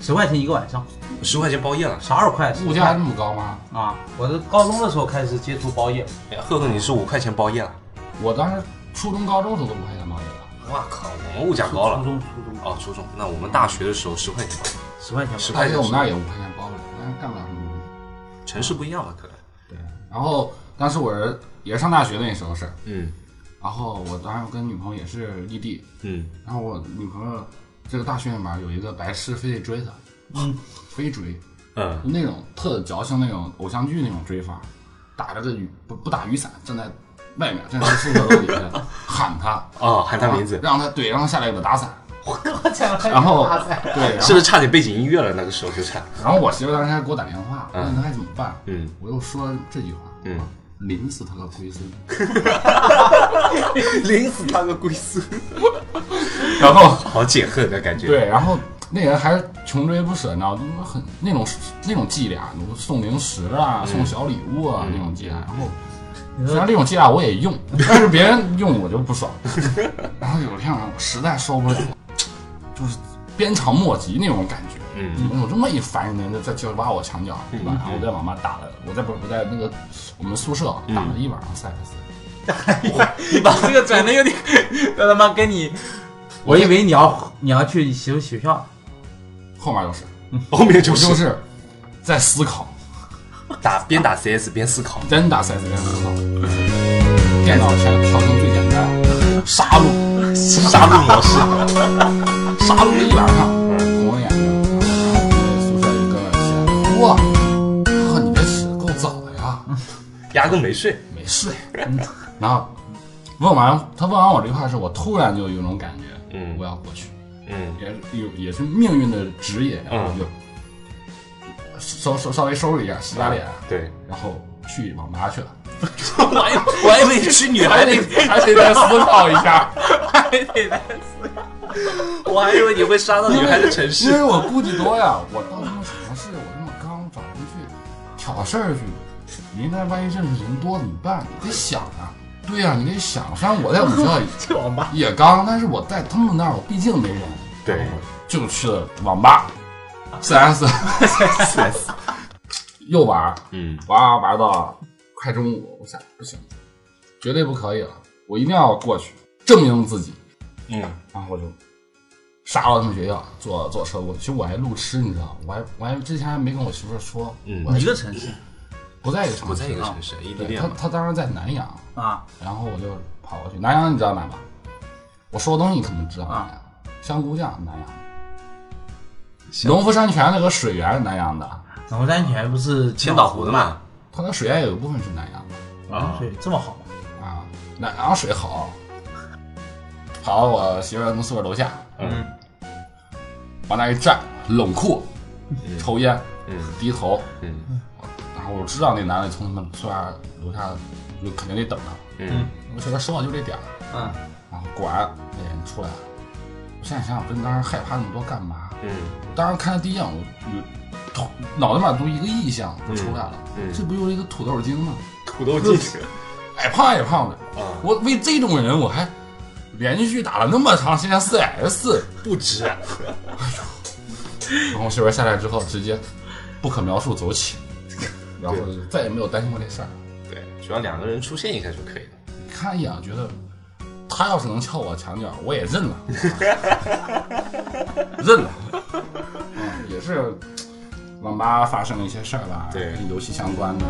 C: 十块钱一个晚上，
A: 十块钱包夜了。
C: 十二块，十
B: 物价这么高吗？
C: 啊！我是高中的时候开始接触包夜，
A: 哎呀赫赫，你是五块钱包夜了？
B: 我当时初中、高中的时候都五块钱包夜了。
A: 哇靠，我哦们物价高
C: 初
A: 了。
C: 中初中
A: 哦，初中。那我们大学的时候十块钱包，
C: 十块钱吧
A: 十
B: 大
A: 块
B: 学
A: 钱
B: 我们那儿也五块钱包了，但是干不了什么东西。
C: 嗯
A: 城市不一样了，可能。
B: 对，然后当时我是也是上大学那时候是，
A: 嗯
B: 然后我当时跟女朋友也是异地，
A: 嗯，
B: 然后我女朋友这个大学里面有一个白痴，非得追她，
C: 嗯，
B: 非追，
A: 嗯，
B: 就那种特矫情那种偶像剧那种追法，打着个雨不不打雨伞，站在外面，站在宿舍楼底下喊她，
A: 哦，喊他名字，
B: 让她对，让她下来给我打伞，
C: 我讲 了还
B: 然后
C: 哎哇塞
B: 对，然
A: 是
B: 后
A: 不是差点背景音乐了？那个时候就差。
B: 然后我媳妇当时还给我打电话，
A: 嗯
B: 问她该怎么办，
A: 嗯
B: 我又说了这句话，
A: 嗯，
B: 淋死她个龟孙。
A: 淋死他个龟孙，
B: 然后
A: 好解恨的感觉。，
B: 对，然后那人还是穷追不舍，你知道，就是很那种那种伎俩，送零食啊，送小礼物啊、那种伎俩。然后虽然这种伎俩我也用，但是别人用我就不爽。然后有一天晚上我实在受不了，就是鞭长莫及那种感觉。
A: 嗯
B: 有这么一烦人的人在就挖我墙角，对吧？然后我在网吧打了，我在不是我在那个我们宿舍打了一晚上赛克斯。
C: 你把这个转的有点，他他妈跟你， 我以为你要你要去洗手学校，
B: 后面就是
A: 后面
B: 我
A: 就
B: 就是是在思考，
A: 打边打 CS 边思考。
B: 真打赛斯边思考，电脑全调成最简单，杀戮，
A: 杀戮模式，
B: 杀戮了一晚上，红了眼睛，然后啊在宿舍一哥们儿起来，哇，呵，你这起得够早的呀，
A: 压根没睡。
B: 没嗯睡，然后问完他问完我这句话时，我突然就有一种感觉，
A: 嗯
B: 我要过去，
A: 嗯
B: 也有也是命运的指引，然后
A: 嗯
B: 就稍稍稍微收拾一下，洗把脸，啊
A: 啊对，
B: 然后去网吧去了，
A: 我还我还以为是女孩
B: 得还得再思考一下，
A: 还得来死，我还以为你会杀到女孩的城
B: 因为
A: 市。
B: 我估计多呀，我到他妈什么事，我他妈刚找人去挑事儿去，你那万一认识人多怎么办？你得想啊，对呀、你得想，虽然我在武 校里。
C: 去网吧，
B: 也刚，但是我在他们那儿，我毕竟没人，
A: 对，
B: 就去了网吧，CS 又玩儿，
A: 嗯
B: 玩儿玩儿到快中午，我想不行，绝对不可以了，我一定要过去证明自己。
A: 嗯
B: 然后我就杀到他们学校，坐坐车过去。其实我还路痴，你知道吗，我还我还之前还没跟我媳妇儿说，
A: 嗯
B: 我还
C: 一个城市
B: 不在一个城
A: 不
B: 市，
A: 在一个城市，异地
B: 对
A: 恋
B: 她
A: 嘛。
B: 她当时在南阳，
C: 啊，
B: 然后我就跑过去。南阳你知道哪吧？我说的东西你肯定知道南
A: 啊
B: 阳，香菇酱南阳。农夫山泉那个水源是南阳的，
C: 然后山泉不是
A: 千岛湖的？嘛，
B: 它那水源有一部分是南阳的
A: 啊
C: 对，这么好吗？
B: 啊。南阳水好，跑到我媳妇儿他们宿舍楼下，
A: 嗯
B: 往那一站，冷酷，抽烟，
A: 嗯
B: 低头。
A: 嗯
B: 然后我知道那男的从他们宿舍楼下，就肯定得等他。
A: 嗯
B: 我媳妇儿手腕就这点儿，
C: 嗯，
B: 然后果然那人出来了。我现在想想，真当时害怕那么多干嘛？
A: 嗯
B: 当时看他第一眼，我我脑袋里面都一个意象都出来了，
A: 嗯嗯
B: 这不就是一个土豆精吗？
A: 土豆记者
B: 矮胖矮胖的，
A: 啊，
B: 我为这种人我还连续打了那么长时间 CS，
A: 不啊止，
B: 然后媳妇儿下来之后直接不可描述走起，然后就再也没有担心过这事儿。
A: 对，主要两个人出现一下就可以了。
B: 看一眼觉得他要是能撬我墙角，我也认了，认了。嗯，也是网吧发生了一些事儿吧，
A: 对
B: 跟游戏相关的。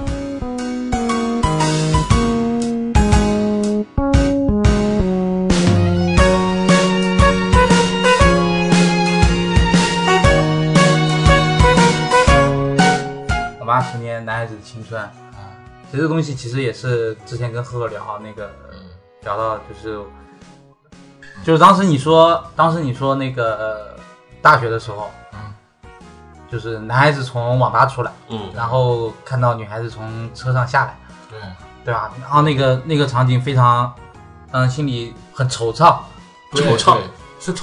C: 网吧十年，男孩子的青春。其实这东西其实也是之前跟赫赫聊那个聊到，就是就是当时你说，当时你说那个、呃大学的时候，
B: 嗯
C: 就是男孩子从网吧出来，
A: 嗯
C: 然后看到女孩子从车上下来，
B: 对，
C: 对吧？然后那个那个场景非常让人心里很惆怅。
A: 惆怅
B: 对是惆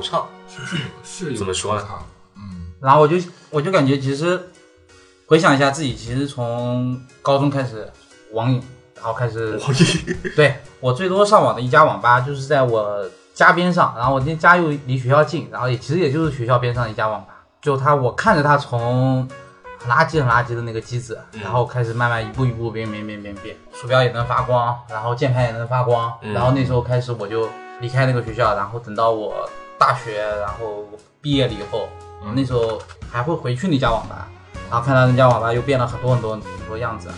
B: 怅，
A: 惆怅，
B: 是有
A: 怎么说呢
B: 惆怅？嗯，
C: 然后我就我就感觉，其实回想一下自己，其实从高中开始网瘾，然后开始
A: 我一
C: 对我最多上网的一家网吧就是在我家边上，然后我那家又离学校近，然后也其实也就是学校边上的一家网吧。就他，我看着他从很垃圾很垃圾的那个机子，
A: 嗯
C: 然后开始慢慢一步一步变变变变变，鼠标也能发光，然后键盘也能发光，
A: 嗯
C: 然后那时候开始我就离开那个学校，然后等到我大学，然后毕业了以后，
A: 嗯
C: 那时候还会回去那家网吧，然后看到那家网吧又变了很多很多很多样子，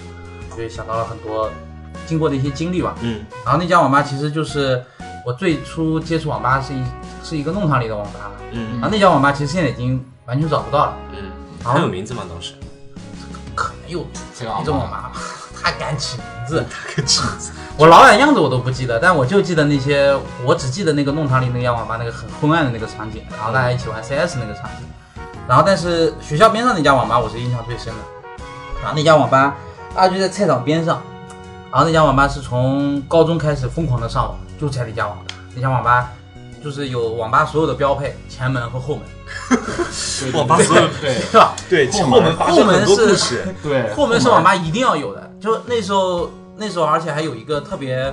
C: 所以想到了很多经过的一些经历吧。
A: 嗯
C: 然后那家网吧其实就是我最初接触网吧是一是一个弄堂里的网吧，然
A: 嗯
C: 后那家网吧其实现在已经完全找不到了，
A: 嗯，还有名字吗？当时
C: 可能有
B: 这样
C: 一种网吧吧， 他敢起名字，
A: 个记
C: 我老远样子我都不记得，但我就记得那些，我只记得那个弄堂里那家网吧那个很昏暗的那个场景，然后大家一起玩 CS 那个场景，然后但是学校边上那家网吧我是印象最深的，然后那家网吧大家就在菜场边上，然后那家网吧是从高中开始疯狂的上网，就在那家网吧，那家网吧就是有网吧所有的标配，前门和后门，
B: 对
A: 网吧
B: 对
A: 所有
B: 对
C: 对吧？
A: 对，
B: 后门
A: 后门发生很多故事，
B: 对，
C: 后门是网吧一定要有的，就那时候那时候，而且还有一个特别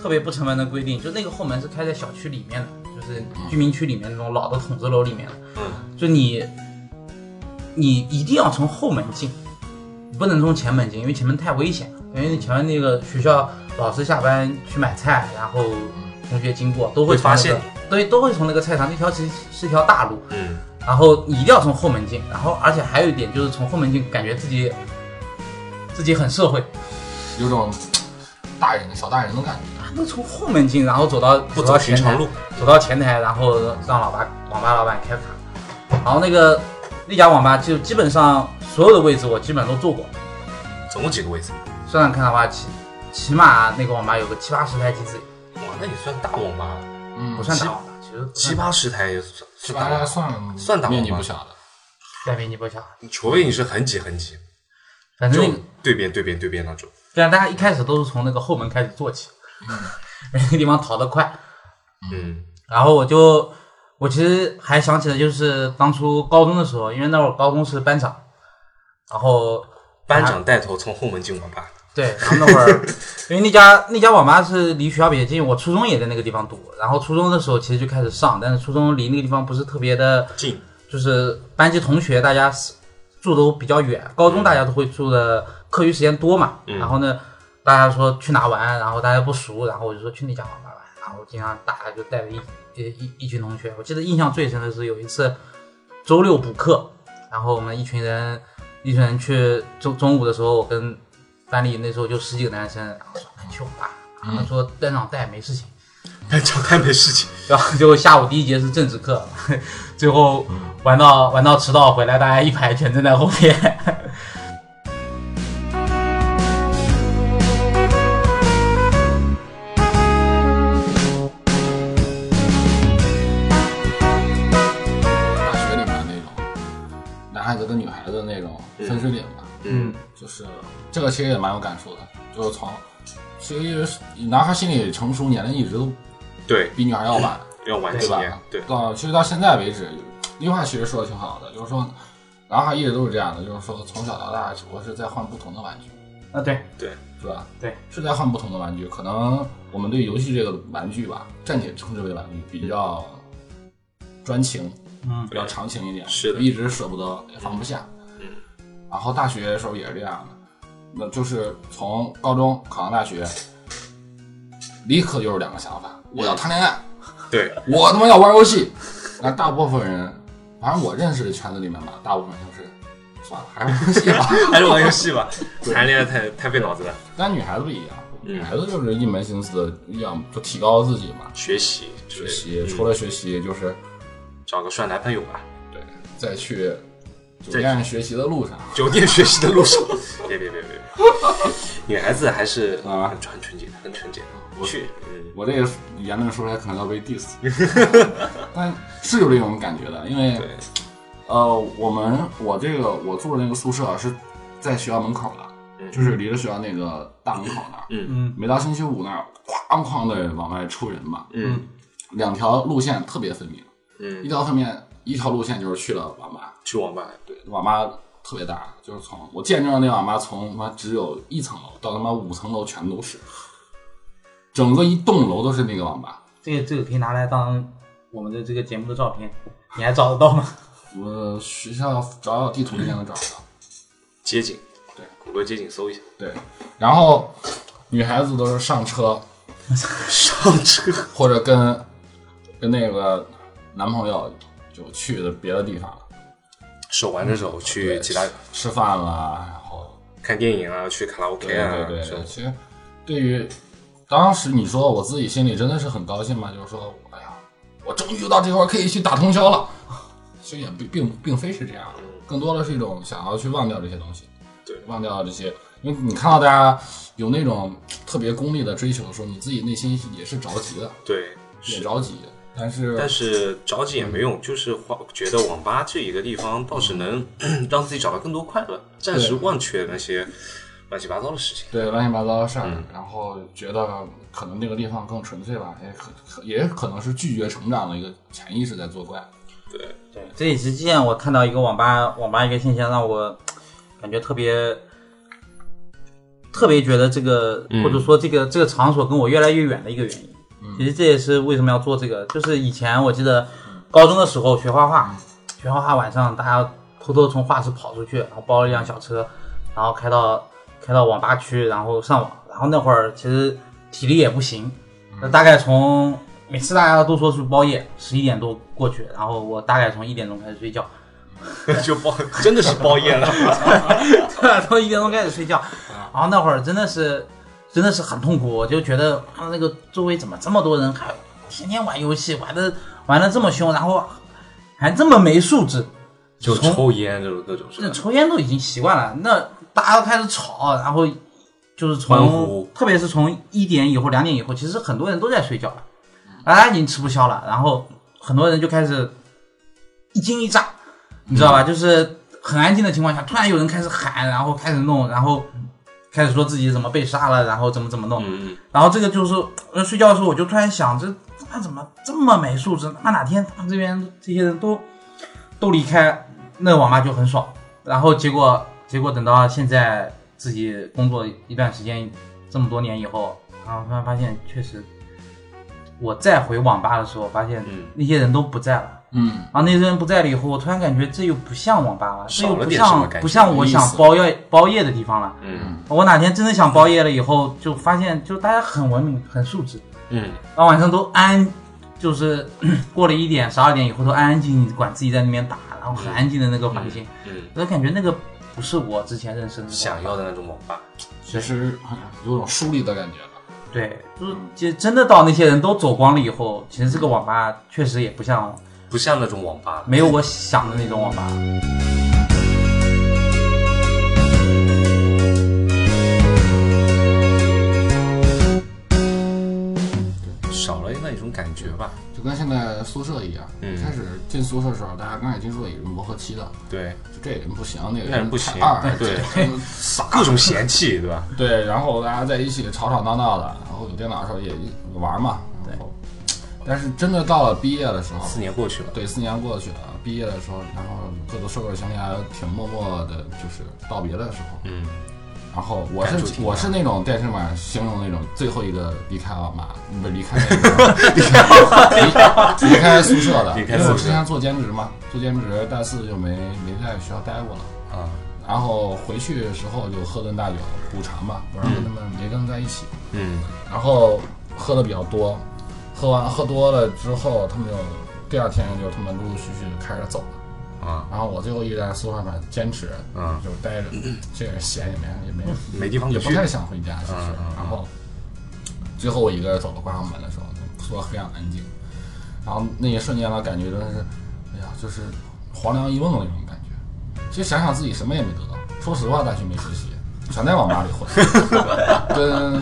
C: 特别不成文的规定，就那个后门是开在小区里面的，就是居民区里面那种老的筒子楼里面的，
A: 嗯
C: 就你你一定要从后门进，你不能从前门进，因为前门太危险了，因为前面那个学校老师下班去买菜，然后同学经过都会
A: 会
C: 从
A: 发
C: 那个
A: 现
C: 对，都会从那个菜场，那条其实是一条大路，
A: 嗯
C: 然后你一定要从后门进，然后而且还有一点就是从后门进，感觉自己自己很社会，
B: 有种大人小大人的感觉。
C: 他能从后门进，然后走到
A: 不
C: 走
A: 走
C: 到
A: 寻
C: 前
A: 常
C: 台，
A: 路，
C: 走到前台，然后让老板网吧老板开卡，然后那个那家网吧就基本上所有的位置我基本上都坐过，
A: 总共几个位置？
C: 算算看的话，起起码那个网吧有个七八十台机子，
A: 哇，那你算大网吧了，
B: 嗯
C: 不算大网吧，其实实
A: 七八十台也算
D: 这
A: 算
D: 大
A: 打
D: 家
A: 了，
D: 算
A: 算打了
D: 面积
A: 吧
D: 不小的。
C: 在面积不小，
A: 球位你是很挤很挤，
C: 反
B: 嗯
C: 正
A: 就
C: 那个
A: 对边对边对边那种。
C: 对啊，大家一开始都是从那个后门开始做 起，那个地方逃得快。
A: 嗯
C: 然后我就，我其实还想起了，就是当初高中的时候，因为那会儿高中是班长，然后，
A: 班长带头从后门进网吧，
C: 对，然后那会儿，因为那家那家网吧是离学校比较近，我初中也在那个地方读，然后初中的时候其实就开始上，但是初中离那个地方不是特别的，
A: 进
C: 就是班级同学大家是住都比较远，高中大家都会住的课余时间多嘛，然后呢，大家说去哪玩，然后大家不熟，然后我就说去那家网吧玩，然后经常大家就带着一一一一群同学，我记得印象最深的是有一次周六补课，然后我们一群人一群人去中中午的时候，我跟班里那时候就十几个男生，然后说哎去网吧，然后说班长带没事情。
A: 班长太没事情。
C: 然后就下午第一节是政治课， 最后玩到玩到迟到回来，大家一排全站在后面。
B: 大学里面那种男孩子跟女孩子那种分水岭吧，
A: 嗯
B: 就是这个其实也蛮有感触的，就是从其实男孩心理成熟年龄一直都
A: 对，
B: 比女孩要晚，
A: 要晚
B: 对
A: 几年
B: 吧？，
A: 对，
B: 到其实到现在为止，那句话其实说的挺好的，就是说男孩一直都是这样的，就是说从小到大只不过是在换不同的玩具，
C: 啊，对，
B: 是吧？
C: 对，
B: 是在换不同的玩具。可能我们对游戏这个玩具吧，暂且称之为玩具，比较专情，
C: 嗯
B: 比较长情一点，
A: 是的
B: 一直舍不得，也放不下。嗯，然后大学的时候也是这样的，那就是从高中考上大学， 立刻就是两个想法：我要谈恋爱，
A: 对，
B: 我他妈要玩游戏。那大部分人，反正我认识的圈子里面吧，大部分就是算了，还是玩游戏吧。
A: 还是玩游戏吧，谈恋爱太太费脑子了，
B: 但女孩子不一样，女孩子就是一门心思地要就提高自己嘛，
A: 学习
B: 学
A: 学
B: 习，除了学习就是
A: 嗯找个帅男朋友吧，
B: 对，再去酒店学习的路上，
A: 酒店学习的路 上，别别别别，别女孩子还是
B: 啊
A: 很纯纯洁的，很纯洁的。去，嗯，
B: 我这个言论说出来可能要被 diss，但是有这种感觉的，因为
A: 对
B: 呃，我们我这个我住的那个宿舍是在学校门口的，就是离着学校那个大门口那儿，
C: 嗯
B: 每到星期五那儿，哐哐的往外出人嘛，
A: 嗯
B: 两条路线特别分明，
A: 嗯，
B: 一条分面一条路线就是去了网吧。
A: 去网吧，
B: 对，网吧特别大，就是从我见证了那网吧从他妈只有一层楼到他妈五层楼全都是，整个一栋楼都是那个网吧。
C: 这个这个可以拿来当我们的这个节目的照片，你还找得到吗？
B: 我学校找找地图应该能找到。
A: 街景，
B: 对，
A: 谷歌街景搜一下，
B: 对，然后女孩子都是上车
A: 上车，
B: 或者跟跟那个男朋友就去的别的地方了，
A: 手挽着手去其他
B: 吃饭啦，然后
A: 看电影啊，去卡拉 OK
B: 对
A: 啊，这
B: 对对，
A: 种
B: 其实对于当时你说我自己心里真的是很高兴嘛，就是说，哎呀，我终于又到这会儿可以去打通宵了。其实也并并并非是这样，更多的是一种想要去忘掉这些东西，
A: 对
B: 忘掉这些，因为你看到大家有那种特别功利的追求的时候，你自己内心也是着急的，
A: 对，
B: 也
A: 是。
B: 着急，但是
A: 但是着急也没用，就是花觉得网吧这一个地方倒是能让自己找到更多快乐，暂时
B: 对
A: 忘却那些乱七八糟的事情。
B: 对乱七八糟的事儿，
A: 嗯
B: 然后觉得可能那个地方更纯粹吧，也可可也可能是拒绝成长的一个潜意识在作怪。
A: 对，
C: 对，这也是之前我看到一个网吧网吧一个现象，让我感觉特别特别觉得这个、或者说这个这个场所跟我越来越远的一个原因。其实这也是为什么要做这个，就是以前我记得高中的时候学画画，学画画晚上大家偷偷从画室跑出去，然后包了一辆小车，然后开到开到网吧区，然后上网。然后那会儿其实体力也不行，那大概从每次大家都说是包夜，十一点多过去，然后我大概从一点钟开始睡觉，
A: 就包真的是包夜了。
C: 从一点钟开始睡觉，然后那会儿真的是真的是很痛苦，我就觉得啊那个周围怎么这么多人，还天天玩游戏，玩的玩的这么凶，然后还这么没素质，
A: 就
C: 从
A: 抽烟这种各种事
C: 这，抽烟都已经习惯了，那大家都开始吵，然后就是
A: 欢
C: 从
A: 呼，
C: 特哎别是从一点以后、两点以后，其实很多人都在睡觉了，大家已经吃不消了，然后很多人就开始一惊一乍，你知道
A: 嗯
C: 吧？就是很安静的情况下，突然有人开始喊，然后开始弄，然后开始说自己怎么被杀了，然后怎么怎么弄。
A: 嗯
C: 然后这个就是呃睡觉的时候，我就突然想，这他妈怎么这么没素质？他妈哪天他们这边这些人都都离开，那网吧就很爽。然后结果结果等到现在自己工作一段时间，这么多年以后，然后突然发现，确实，我再回网吧的时候，发现
A: 嗯
C: 那些人都不在了。
B: 嗯，
C: 然后那些人不在了以后，我突然感觉这又不像网吧了，这又
A: 少了
C: 不
A: 点什么
C: 像
A: 感觉
C: 不像我想
B: 意思
C: 包夜包夜的地方了。
A: 嗯
C: 我哪天真的想包夜了以后，就发现就大家很文明、很素质，
A: 嗯
C: 然后晚上都安，就是 过了一点、十二点以后都安安静静，管自己在那边打，然后很安静的那个环境，
A: 嗯，
C: 我感觉那个不是我之前认识的那个
A: 想要的那种网吧，
B: 其实哎有种疏离的感觉了。
C: 对，就是其实真的到那些人都走光了以后，其实这个网吧确实也不像
A: 不像那种网吧。
C: 没有我想的那种网吧。
A: 少了那种感觉吧。
B: 就跟现在宿舍一样，
A: 嗯
B: 开始进宿舍的时候，大家刚才进宿舍也是磨合期的，
A: 对，
B: 就这人不行，那个
A: 那人
B: 人
A: 不行
B: 太二，
A: 对
B: 这人傻，
A: 各种嫌弃，对吧？
B: 对，然后大家在一起吵吵闹闹的，然后有电脑的时候也玩嘛，然后，但是真的到了毕业的时候，
A: 四年过去了，
B: 对，四年过去了，毕业的时候，然后各个社会生涯挺默默的，就是道别的时候，
A: 嗯
B: 然后我
A: 感触挺
B: 是
A: 大
B: 我是那种电视版形容那种最后一个离开奥 马，不是离开那个离开离离开宿舍的，
A: 离开
B: 因为
A: 宿
B: 我
A: 舍
B: 之前做兼职嘛，做兼职大四就没没在学校待过了，
A: 啊，
B: 然后回去的时候就喝顿大酒补偿嘛，我让他们没跟在一起，
A: 嗯
B: 然后喝的比较多，喝完喝多了之后，他们就第二天就他们陆陆续续就开始走了。
A: 啊
B: 然后我最后一直在宿舍嘛坚持，
A: 嗯
B: 就待着，这个闲也没 也没
A: 没地方
B: 也
A: 去
B: 不太想回家，其实
A: 嗯嗯嗯。
B: 然后最后我一个人走到关上门的时候，宿舍非常安静，然后那一瞬间呢，感觉真的是，哎呀，就是黄粱一梦的那种感觉。其实想想自己什么也没得到，说实话，大学没学习，全在网吧 里混，跟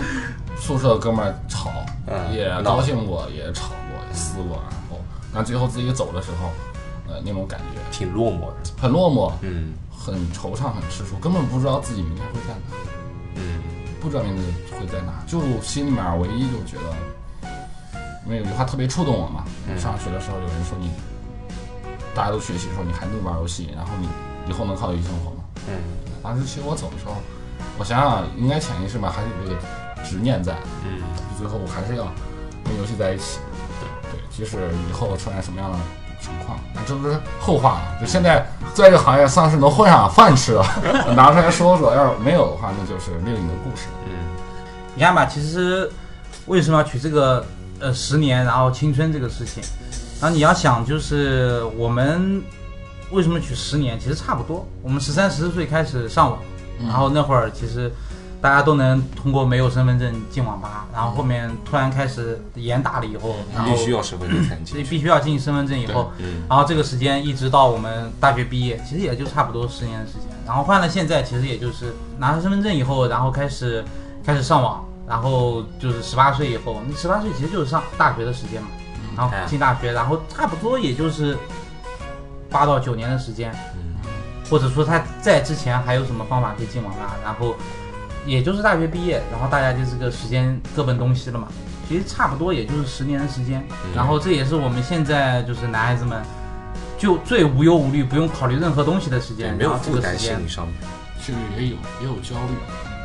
B: 宿舍哥们儿吵，
A: 嗯
B: 也高兴过，也吵过，也撕过，然后但最后自己走的时候，呃，那种感觉
A: 挺落寞的。
B: 很落寞，
A: 嗯
B: 很惆怅，很吃醋，根本不知道自己明天会在哪，
A: 嗯
B: 不知道明天会在哪，就心里面唯一就觉得，因为有句话特别触动我嘛，上学的时候有人说你，大家都学习的时候你还能玩游戏，然后你以后能靠游戏生活吗？
A: 嗯
B: 当时其实我走的时候，我想想应该潜意识吧，还是有这个执念在，
A: 嗯，
B: 最后我还是要跟游戏在一起。对对，即使以后出现什么样的情况，那这不是后话了。就现在在这个行业算是能混上啊饭吃了， 拿出来说说。要是没有的话，那就是另一个故事。
A: 嗯
C: 你看吧，其实为什么要取这个呃十年，然后青春这个事情，然后你要想就是我们为什么取十年，其实差不多，我们十三十四岁开始上网，
A: 嗯
C: 然后那会儿其实大家都能通过没有身份证进网吧，然后后面突然开始严打了以后，然后
A: 嗯必须要身份证才能
C: 所以
A: 进去。
C: 必须要进身份证以后，
A: 嗯
C: 然后这个时间一直到我们大学毕业，其实也就差不多十年的时间。然后换了现在，其实也就是拿了身份证以后，然后开始开始上网，然后就是十八岁以后，你十八岁其实就是上大学的时间嘛，然后
A: 哎
C: 进大学，然后差不多也就是八到九年的时间，
A: 嗯
C: 或者说他在之前还有什么方法可以进网吧，然后也就是大学毕业，然后大家就这个时间各奔东西了嘛。其实差不多也就是十年的时间，
A: 嗯
C: 然后这也是我们现在就是男孩子们就最无忧无虑，不用考虑任何东西的时
A: 也
C: 间，
A: 没有
C: 然后这
A: 负
C: 个
A: 担，
C: 时
A: 心
C: 间
A: 理上面，
B: 其实也有也有焦虑，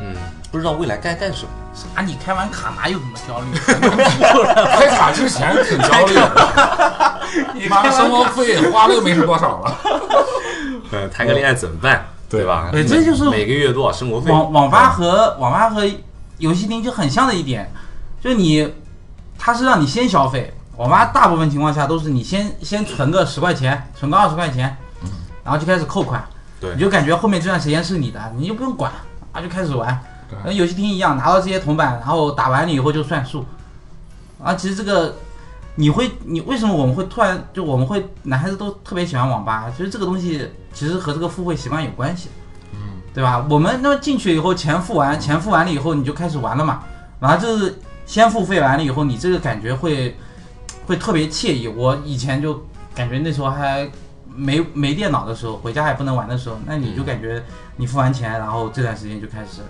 A: 嗯，不知道未来该干什么。
C: 啊，你开完卡哪有什么焦虑？
B: 开卡之前挺焦虑的，妈生活费花了又没剩多少 了。
A: 呃， 谈个恋爱怎么办？对哎吧？
C: 对
A: 每
C: 这就是
A: 每个月多少生活费？
C: 网网吧和网吧和游戏厅就很像的一点，就是你，它是让你先消费。网吧大部分情况下都是你先先存个十块钱，存个二十块钱，然后就开始扣款，
A: 对
C: 你就感觉后面这段时间是你的，你就不用管，啊就开始玩
B: 对。
C: 跟游戏厅一样，拿到这些铜板，然后打完了以后就算数。啊，其实这个你会，你为什么我们会突然就我们会男孩子都特别喜欢网吧？其实这个东西其实和这个付费习惯有关系。对吧？我们那么进去以后，钱付完，钱付完了以后，你就开始玩了嘛。然后就是先付费完了以后，你这个感觉会会特别惬意。我以前就感觉那时候还没没电脑的时候，回家也不能玩的时候，那你就感觉你付完钱，然后这段时间就开始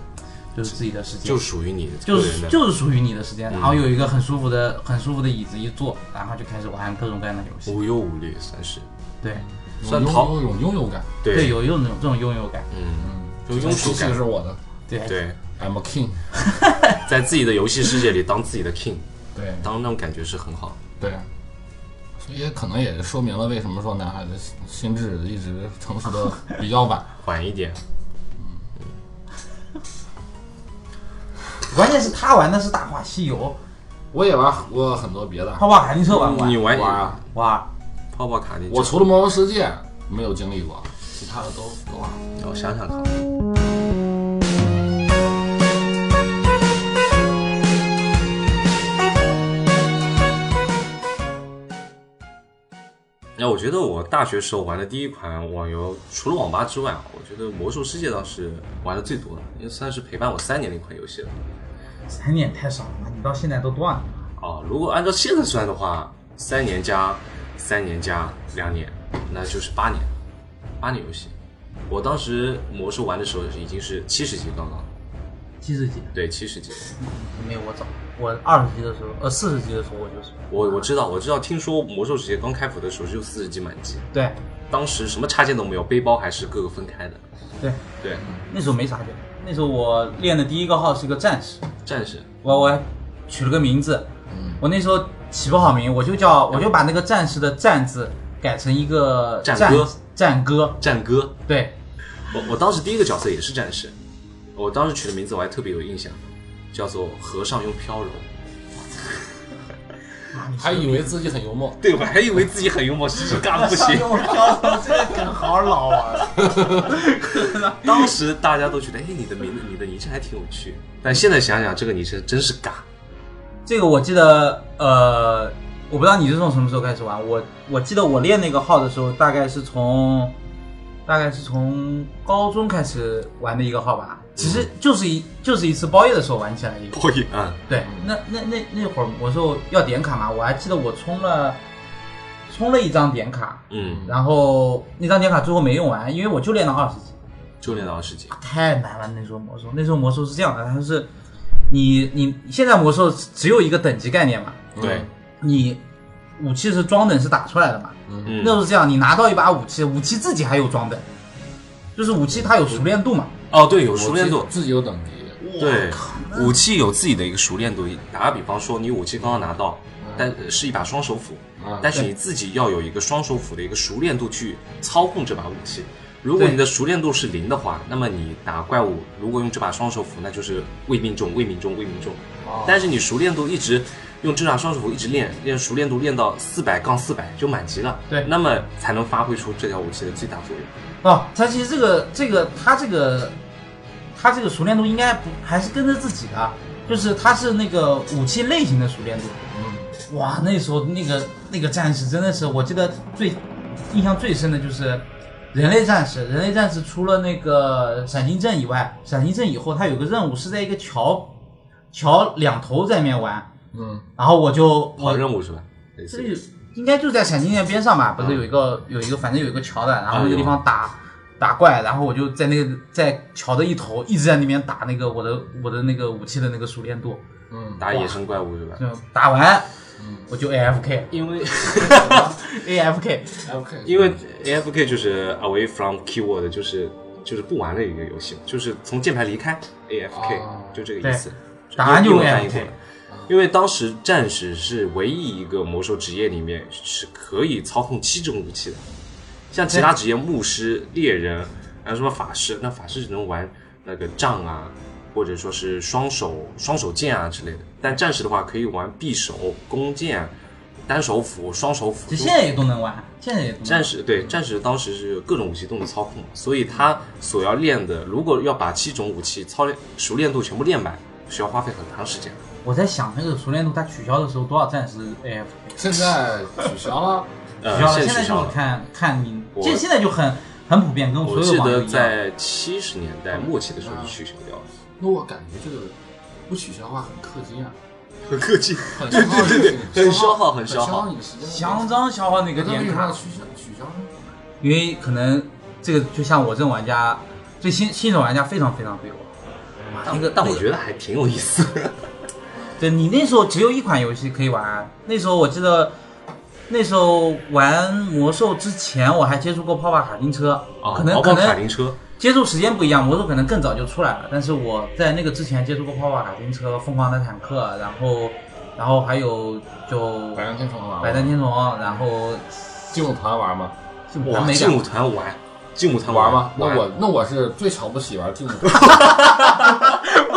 C: 就是自己的时间，
A: 就属于你个
C: 就
A: 人
C: 是
A: 的，
C: 就是属于你的时间，然后
A: 嗯
C: 有一个很舒服的、很舒服的椅子一坐，然后就开始玩各种各样的游戏。
A: 无忧无虑，算是
C: 对
A: 算
B: 有
A: 逃
B: 有有拥有感，
C: 对，有有那种这种拥有感。
A: 嗯，
B: 嗯，
A: 有拥有
B: 这
A: 感
B: 是，我的
C: 对
A: 对，
B: ，I'm a king，
A: 在自己的游戏世界里当自己的 king，
B: 对
A: 当那种感觉是很好。
B: 对，所以也可能也说明了为什么说男孩子心心智一直成熟的比较晚。
A: 缓一点，
C: 关键是他玩的是《大话西游
B: 我也玩过很多别的》，，
C: 泡泡卡丁车玩不
A: 嗯
C: 玩？
A: 你玩
B: 玩啊
C: 哇，
A: 泡泡卡丁车，
B: 我除了魔兽世界没有经历过，其他的都都玩。
A: 我想想看，那哎我觉得我大学时候玩的第一款网游，除了网吧之外啊，我觉得《魔兽世界》倒是玩的最多的，也算是陪伴我三年的一款游戏了。
C: 三年太少了吧？你到现在都多少年了？
A: 啊，如果按照现在算的话，三年加三年加两年，那就是八年，八年游戏。我当时魔兽玩的时候已经是七十级刚刚，
C: 七十级？
A: 对，七十级。
C: 没有我早，我二十级的时候，呃，四十级的时候我就是。
A: 我我知道，我知道，听说魔兽世界刚开服的时候只有四十级满级，
C: 对
A: 当时什么插件都没有，背包还是各个分开的。
C: 对，
A: 对，
C: 那时候没啥点。那时候我练的第一个号是个战士，
A: 战士
C: 我我还取了个名字，
A: 嗯
C: 我那时候起不好名，我就叫我就把那个战士的战字改成一个
A: 战
C: 战
A: 歌
C: 战歌，
A: 战歌，
C: 对，
A: 我我当时第一个角色也是战士，我当时取的名字我还特别有印象，叫做和尚用飘柔。
B: 还以为自己很幽 默，
A: 对，我还以为自己很幽默，其实干不行。
C: 哎 这个梗好老啊！
A: 当时大家都觉得，哎，你的名字，你的昵称还挺有趣。但现在想想，这个昵称真是尬。
C: 这个我记得，呃，我不知道你是从什么时候开始玩，我我记得我练那个号的时候，大概是从大概是从高中开始玩的一个号吧，
A: 嗯
C: 其实就是一就是一次包夜的时候玩起来的一个。
A: 破译啊，
C: 对，那那那那会儿魔兽要点卡嘛，我还记得我充了充了一张点卡，
A: 嗯，
C: 然后那张点卡最后没用完，因为我就练了二十级，
A: 就练到了十级。
C: 太难了。那时候魔兽，那时候魔兽是这样的，它是你你现在魔兽只有一个等级概念嘛，
A: 对，
C: 你武器是装等是打出来的嘛，
A: 嗯
C: 那时候是这样，你拿到一把武器，武器自己还有装等，就是武器它有熟练度嘛，
A: 哦，对，有熟练度
B: 我。自己有等级，
A: 对，武器有自己的一个熟练度。打个比方说，你武器刚刚拿到，
C: 嗯
A: 但呃是一把双手斧，
B: 啊，
A: 但是你自己要有一个双手斧的一个熟练度去操控这把武器。如果
C: 对
A: 你的熟练度是零的话，那么你打怪物如果用这把双手斧，那就是未命中、未命中、未命中。
C: 哦
B: 啊
A: 但是你熟练度一直用这把双手斧一直练，练熟练度练到四百杠四百就满级了。
C: 对
A: 那么才能发挥出这条武器的最大作用。
C: 哦，他其实这个这个他这个他这个熟练度应该不还是跟着自己的，就是他是那个武器类型的熟练度。
B: 嗯
C: 哇，那时候那个那个战士真的是，我记得最印象最深的就是人类战士。人类战士除了那个闪金阵以外，闪金阵以后，他有个任务是在一个桥桥两头在那边玩，
B: 嗯，
C: 然后我就
A: 跑
C: 我
A: 任务是吧？类似
C: 这
A: 于
C: 里应该就在闪金剑边上吧，不是有一个、有一个反正有一个桥的，然后那个地方打、打怪，然后我就在那个在桥的一头一直在那边打那个我的我的那个武器的那个熟练度，
B: 嗯
A: 打野生怪物是吧？
C: 就打完、我就 AFK
A: 因为
C: AFK，
B: 哎 OK，嗯
A: 因为 AFK 就是 Away from Keyword，就是就是不玩的一个游戏，就是从键盘离开 AFK，、
B: 哦
A: 就这个意思。
C: 打完就
A: 英
C: AFK
A: 文翻译过来。因为当时战士是唯一一个魔兽职业里面是可以操控七种武器的，像其他职业牧师、猎人，还有什么法师，那法师只能玩那个杖啊，或者说是双手双手剑啊之类的。但战士的话可以玩匕首、弓箭、啊单手斧、双手斧。
C: 其实现在也都能玩，现在也都能玩
A: 战士对战士当时是有各种武器都能操控，所以他所要练的，如果要把七种武器操练熟练度全部练满，需要花费很长时间。
C: 我在想那个熟练度它取消的时候多少战士 AFK
B: 现在取消了，
A: 呃
C: 取消，了，
A: 现在
C: 现在
A: 取消
C: 就是
A: 了。
C: 看看你，
A: 我
C: 现现在就很很普遍，跟所
A: 我
C: 有
A: 记
C: 网游
A: 得
C: 一样。
A: 在七十年代末期的时候就取消掉了。
B: 那我感觉这个不取消的话很氪金啊，
A: 很客气，
B: 很消耗你的时间，
A: 很消耗，很
B: 消
A: 消耗。
B: 你的时间。
C: 相当消耗那
B: 有的
C: 个
B: 为
C: 点
B: 什么
C: 卡
B: 要，取消？取消呢？
C: 因为可能这个就像我这种玩家，对新新手玩家非常非常对我。那个
A: 但
C: 那
A: 我
C: 个
A: 觉得还挺有意思。
C: 对你那时候只有一款游戏可以玩，那时候我记得，那时候玩魔兽之前，我还接触过泡泡卡丁车，
A: 啊，
C: 哦可能
A: 毛
C: 可
A: 毛卡
C: 能
A: 丁车，
C: 接触时间不一样，魔兽可能更早就出来了，但是我在那个之前接触过泡泡卡丁车、疯狂的坦克，然后，然后还有就
B: 白羊天虫玩
C: 百战
B: 吗？
C: 天虫，然后
B: 劲舞团玩吗？
C: 就
A: 哇，
C: 完美
A: 劲
C: 感
A: 舞团玩，劲舞团
B: 玩
A: 吗
B: 吗？？那我那我是最瞧不起玩劲舞团，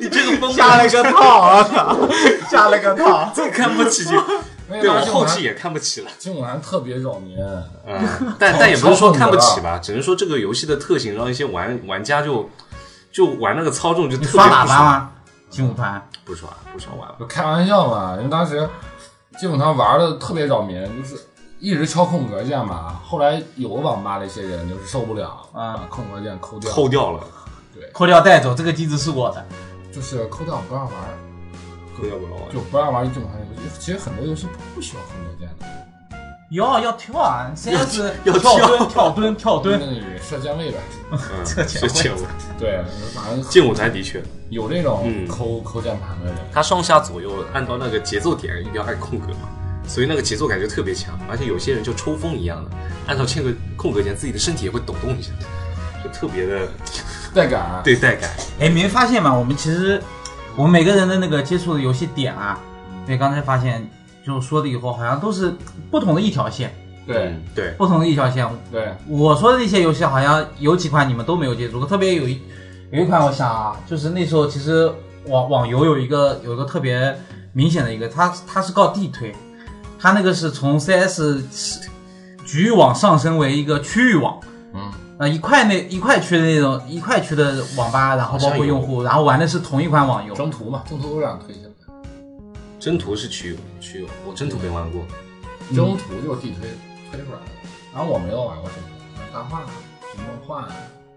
A: 你这个风格
C: 下了个套啊， 下了个套。
A: 这么看不起，
B: 因为
A: 对
B: 当
A: 我
B: 时劲舞
A: 后期
B: 团
A: 也看不起了。
B: 劲舞团特别扰民。
A: 嗯，但但也不是说看不起吧，只能说这个游戏的特性让一些玩玩家就就玩那个操纵就
C: 你
A: 特别
C: 刷
A: 不
C: 喇叭
A: 爽，
C: 吗？劲舞团
A: 不爽不爽玩了。
B: 就开玩笑嘛，因为当时劲舞团玩的特别扰民，就是一直敲空格键嘛。后来有个网吧的一些人就是受不了，
C: 嗯
B: 把空格键抠掉，
A: 扣掉了，
C: 扣掉带走这个机制是我的，
B: 就是抠掉不让玩，
A: 扣掉不了玩。
B: 就不让玩劲舞团游戏。其实很多游戏不需要空格键的，
C: 要要跳啊！CS
A: 要要
C: 跳
A: 跳
C: 蹲跳
B: 那
C: 蹲跳蹲，
B: 个射键位呗。
A: 嗯，
C: 这
A: 这
C: 钱
A: 切我
B: 对，反正
A: 劲舞团的确，
B: 有这种
A: 嗯
B: 抠抠键盘的人，
A: 它上下左右按照那个节奏点一定要按空格嘛，所以那个节奏感就特别强，而且有些人就抽风一样的，按照这个空格键，自己的身体也会抖动一下，就特别的
B: 带感。
A: 对待感。
C: 哎，没发现吗？我们其实我们每个人的那个接触的游戏点啊，对，刚才发现就说了以后，好像都是不同的一条线，
B: 对
A: 对，
C: 不同的一条线。
B: 对，
C: 我说的那些游戏，好像有几款你们都没有接触过，特别有一有一款，我想啊，就是那时候其实网网游有一个有一个特别明显的一个，它它是靠地推，它那个是从 CS 局域网上升为一个区域网。
B: 嗯，
C: 啊，一块那一块区的那种一块区的网吧，然后包括用户，然后玩的是同一款网游，
B: 征途嘛，征途都让推荐的，
A: 征途是区域区域，我征途没玩过。
C: 嗯
B: 征途就是地推推出来的。然后我没有玩过征途，大话、什么幻、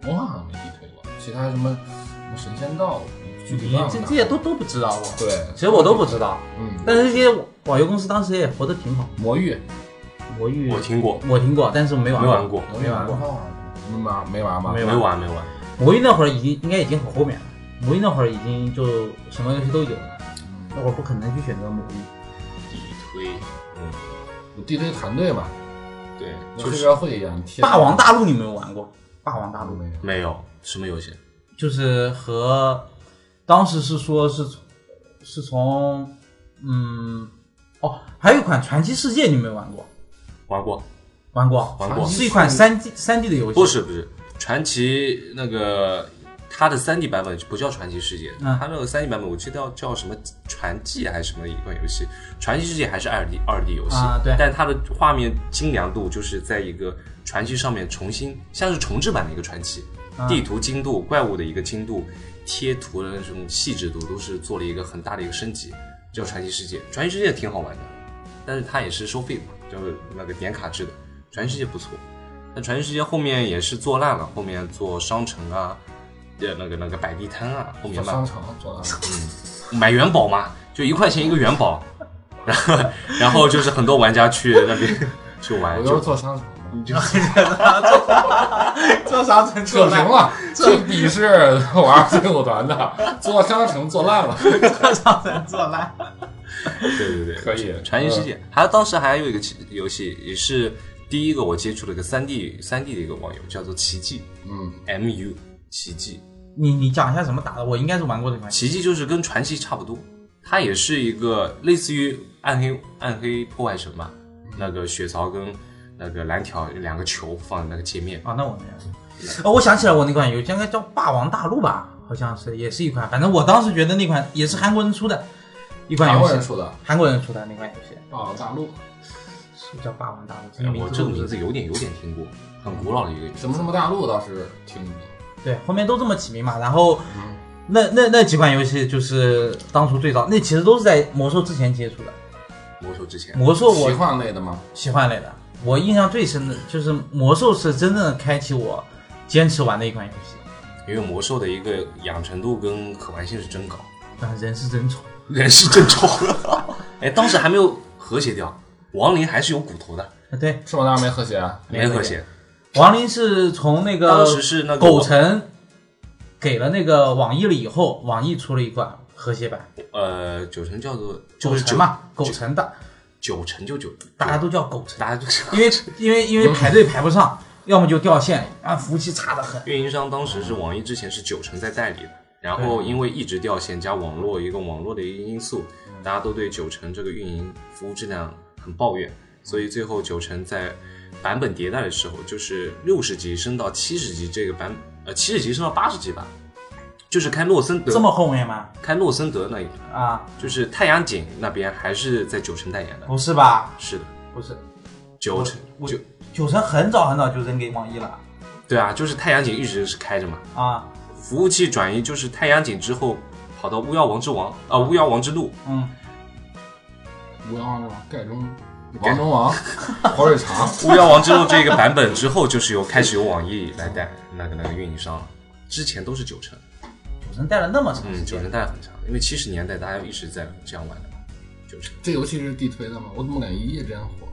B: 魔幻好像没地推过，其他什么什么神仙道，具体
C: 你
B: 忘了。
C: 这这些都都不知道啊我，
B: 对，
C: 其实我都不知道，
B: 嗯，
C: 但是这些网游公司当时也活得挺好。
B: 魔域
C: 魔域
A: 我听过，
C: 我听过，但是没玩
A: 没
C: 过。
A: 玩过，
B: 没玩过，嗯没玩没玩吗？
A: 没
C: 玩过
A: 玩没玩。
C: 魔域那会儿已经应该已经很后面了，魔域那会儿已经就什么游戏都有了，那会儿不可能去选择魔域。
A: 地推，嗯，
B: 有地推团队嘛，
A: 对，就
B: 跟黑
A: 是
B: 社会一样。贴
C: 霸王大陆你没有玩过？霸王大陆
B: 没有，
A: 没有什么游戏，
C: 就是和当时是说是从是从嗯哦，还有一款《传奇世界》，你没玩过？
A: 玩过
C: 玩过，
A: 玩过
B: 传奇。
C: 是一款三 D 三 D 的游戏。
A: 不，是不是，传奇那个它的三 D 版本不叫传奇世界，
C: 嗯
A: 它那个三 D 版本我记得叫叫什么传记还是什么一款游戏，传奇世界还是二 D 二 D 游戏
C: 啊对
A: 但它的画面精良度就是在一个传奇上面重新像是重置版的一个传奇，
C: 嗯
A: 地图精度、怪物的一个精度、贴图的这种细致度都是做了一个很大的一个升级，叫传奇世界，传奇世界挺好玩的，但是它也是收费的嘛，就是那个点卡制的，传奇世界不错。那传奇世界后面也是做烂了，后面做商城啊，呃，那个那个摆地摊啊，后面卖
B: 做商场做商场
A: 买元宝嘛，就一块钱一个元宝， 然后然后就是很多玩家去那边 去玩，
B: 我都
A: 就是
B: 做商场的。
C: 做啥成
B: 扯平了，这鄙视玩劲舞团的，做商城做烂了。
C: 做啥成做烂？
A: 对对对，
B: 可 以
A: 传奇世界，还有当时还有一个其游戏，也是第一个我接触了一个三 D 三 D 的一个网游，叫做奇迹
B: 嗯，
A: MU 奇迹，
C: 你你讲一下怎么打的？我应该是玩过这款游戏。
A: 奇迹就是跟传奇差不多，它也是一个类似于暗黑暗黑破坏神吧，
C: 嗯
A: 那个血槽跟那个蓝条两个球放在那个界面，
C: 啊，那我没有。哦，我想起来，我那款游戏应该叫《霸王大陆》吧？好像是，也是一款，反正我当时觉得那款也是韩国人出的一款
B: 韩
C: 游
B: 国人
C: 戏，
B: 出的，
C: 韩国人出的那款游戏
B: 霸王大陆
C: 是叫《霸王大陆》。
A: 哎我这个名
C: 字
A: 字有点有点听过，很古老的一个游戏
B: 什么什么大陆倒是听过。
C: 对，后面都这么起名嘛。然后那那那几款游戏就是当初最早，那其实都是在魔兽之前接触的。
A: 魔兽之前，
C: 魔兽我
B: 奇幻类的吗？
C: 奇幻类的。我印象最深的就是魔兽是真正开启我坚持玩的一款游戏，
A: 因为魔兽的一个养成度跟可玩性是真高，
C: 啊但人是真丑，
A: 人是正愁。 哎，当时还没有和谐掉，亡灵还是有骨头的，
C: 啊对，
B: 是我当时没和谐啊，
A: 没和谐。
C: 王林是从那个
A: 当时是那个
C: 狗城给了那个网易了以后，网易出了一款和谐版，
A: 呃，九成叫做就
C: 狗
A: 是九
C: 城嘛，狗城的
A: 九成就九，
C: 大家都叫狗城，
A: 大家就是
C: 因为因为
A: 嗯
C: 因为排队排不上，要么就掉线，啊，服务器差得很。
A: 运营商当时是网易之前是九成在代理的，然后因为一直掉线加网络一个网络的一个因素，
C: 嗯
A: 大家都对九成这个运营服务质量很抱怨，所以最后九成在版本迭代的时候，就是六十级升到七十级这个版呃七十级升到八十级吧，就是开诺森德
C: 这么后面吗？
A: 开诺森德那一款，
C: 啊，
A: 就是太阳井那边还是在九成代言的，
C: 不是吧？
A: 是的，
C: 不是，
A: 九成
C: 我
A: 九
C: 九城很早很早就扔给网易了
A: 对啊，就是太阳井一直是开着嘛。
C: 啊，
A: 服务器转移就是太阳井之后跑到巫妖王之 王啊、呃巫妖王之 路，
C: 嗯，
B: 吴阳王之王盖中王中 王火腿肠，
A: 巫妖王之路这个版本之后，就是由开始由网易来带那个那个运营商了，之前都是九成，
C: 九城带了那么长时
A: 嗯，九
C: 间，
A: 成带很长，因为七十年代大家一直在这样玩的嘛，九成。
B: 这游戏是地推的吗？我怎么感觉一夜之间火了？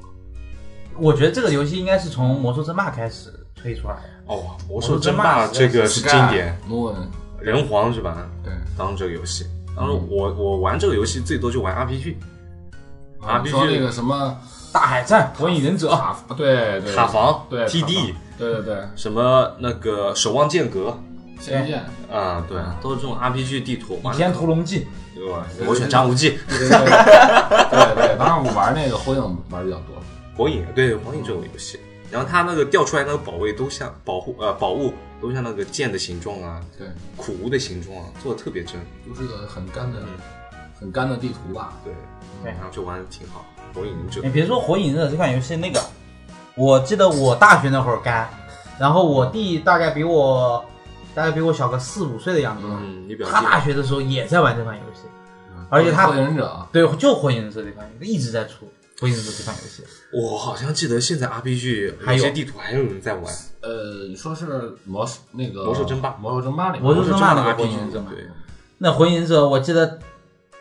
C: 我觉得这个游戏应该是从魔兽争霸开始推出来的。
A: 哦，魔
C: 兽
A: 兽
C: 争
A: 争
C: 霸
A: 霸这个是经典，
B: 莫问，
A: 人皇是吧？
B: 啊对，
A: 当这个游戏，当时我我玩这个游戏最多就玩 RPG，
B: 啊，
A: RPG
B: 你说那个什么
C: 大海战、火影忍者，
B: 塔，对对，
A: 塔防、
B: 对塔防
A: TD
B: 对对对，
A: 什么那个守望间隔
B: 仙剑，
A: 啊，对，都是这种 RPG 地图，
C: 《倚
A: 玩
C: 天屠龙记
A: 对吧？我选张无忌，
B: 对对对对对，当然我玩那个火影玩比较多，
A: 火影对火影这种游戏，然后它那个掉出来那个宝位都像保护呃宝物都像那个剑的形状啊，
B: 对，
A: 苦无的形状啊，做的特别真，
B: 就是个很干的、很干的地图吧。
A: 对，
C: 对
A: 然后就玩的挺好。火影忍者》
C: 哎你别说《火影忍者》这款游戏，那个我记得我大学那会儿干，然后我弟大概比我大概比我小个四五岁的样子吧，
A: 嗯，你表
C: 他大
A: 弟
C: 学的时候也在玩这款游戏，而且他
B: 火影忍者，
C: 对就《火影忍者》这款游戏一直在出《火影忍者》这款游戏，
A: 我好像记得现在 RPG
C: 还有
A: 有些地图还有人在玩，
B: 呃，你说是魔兽那个
A: 魔兽争霸
B: 魔兽争霸里面
C: 魔兽争霸那个《火影
A: ，RPG
C: 忍者》嘛。
A: 对，
C: 那《火影忍者》我记得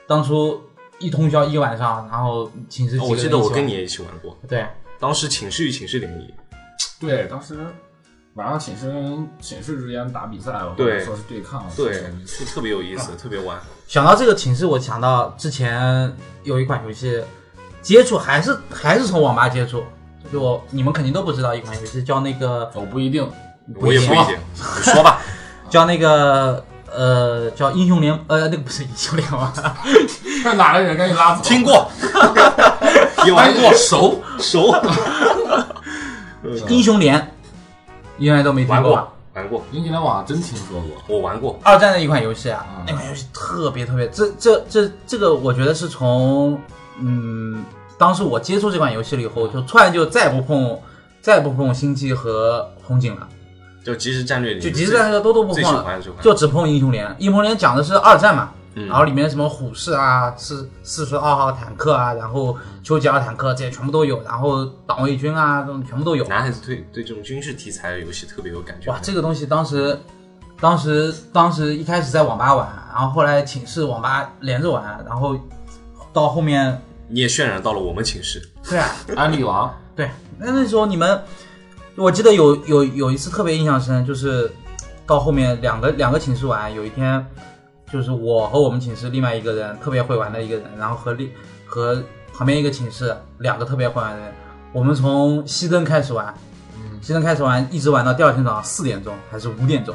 C: 当初一通宵一晚上，然后寝室几
A: 哦
C: 个
A: 我
C: 人
A: 记得
C: 一起
A: 我跟
C: 玩
A: 你也一起玩过，
C: 对
A: 当时寝室与寝室联谊，
B: 对，当时晚上寝室寝室之间打比赛，或者
A: 对
B: 说是对抗，
A: 对，就特别有意思，特别玩。
C: 想到这个寝室，我想到之前有一款游戏，接触还是还是从网吧接触，就我你们肯定都不知道一款游戏叫那个
A: 啊
B: 我不一定，
A: 我也不一定，你说吧，
C: 叫那个呃叫英雄联呃那个不是英雄联盟，
A: 啊
B: 那哪来人赶紧拉走？
A: 听过，也玩过，
B: 熟，
A: 熟，
C: 英雄联，应该都没听
A: 玩
C: 过
A: 过。，玩过，
B: 英雄联网真听说过，
A: 我玩过。
C: 二战的一款游戏啊，
B: 嗯
C: 那款游戏特别特别，这这这这个我觉得是从嗯，当时我接触这款游戏了以后，就突然就再不碰再不碰星际和红警了，
A: 就即时战略里面
C: 就
A: 最，
C: 即时战略都都不
A: 最
C: 碰
A: 喜
C: 了。
A: 欢的这款，
C: 就只碰英雄联。英雄联讲的是二战嘛，
A: 嗯
C: 然后里面什么虎式啊、四四十二号坦克啊，然后丘吉尔坦克这些全部都有，然后党卫军啊这种全部都有。
A: 男孩子对对这种军事题材的游戏特别有感觉。
C: 哇，这个东西当时，当时当时一开始在网吧玩，然后后来寝室网吧连着玩，然后到后面，
A: 你也渲染到了我们寝室，
C: 对啊，
B: 安利王，
C: 对，那那时候你们，我记得有有有一次特别印象深，就是到后面两个两个寝室玩，有一天就是我和我们寝室另外一个人特别会玩的一个人，然后和另和旁边一个寝室两个特别会玩的人，我们从熄灯开始玩，熄灯开始玩，一直玩到第二天早上四点钟还是五点钟。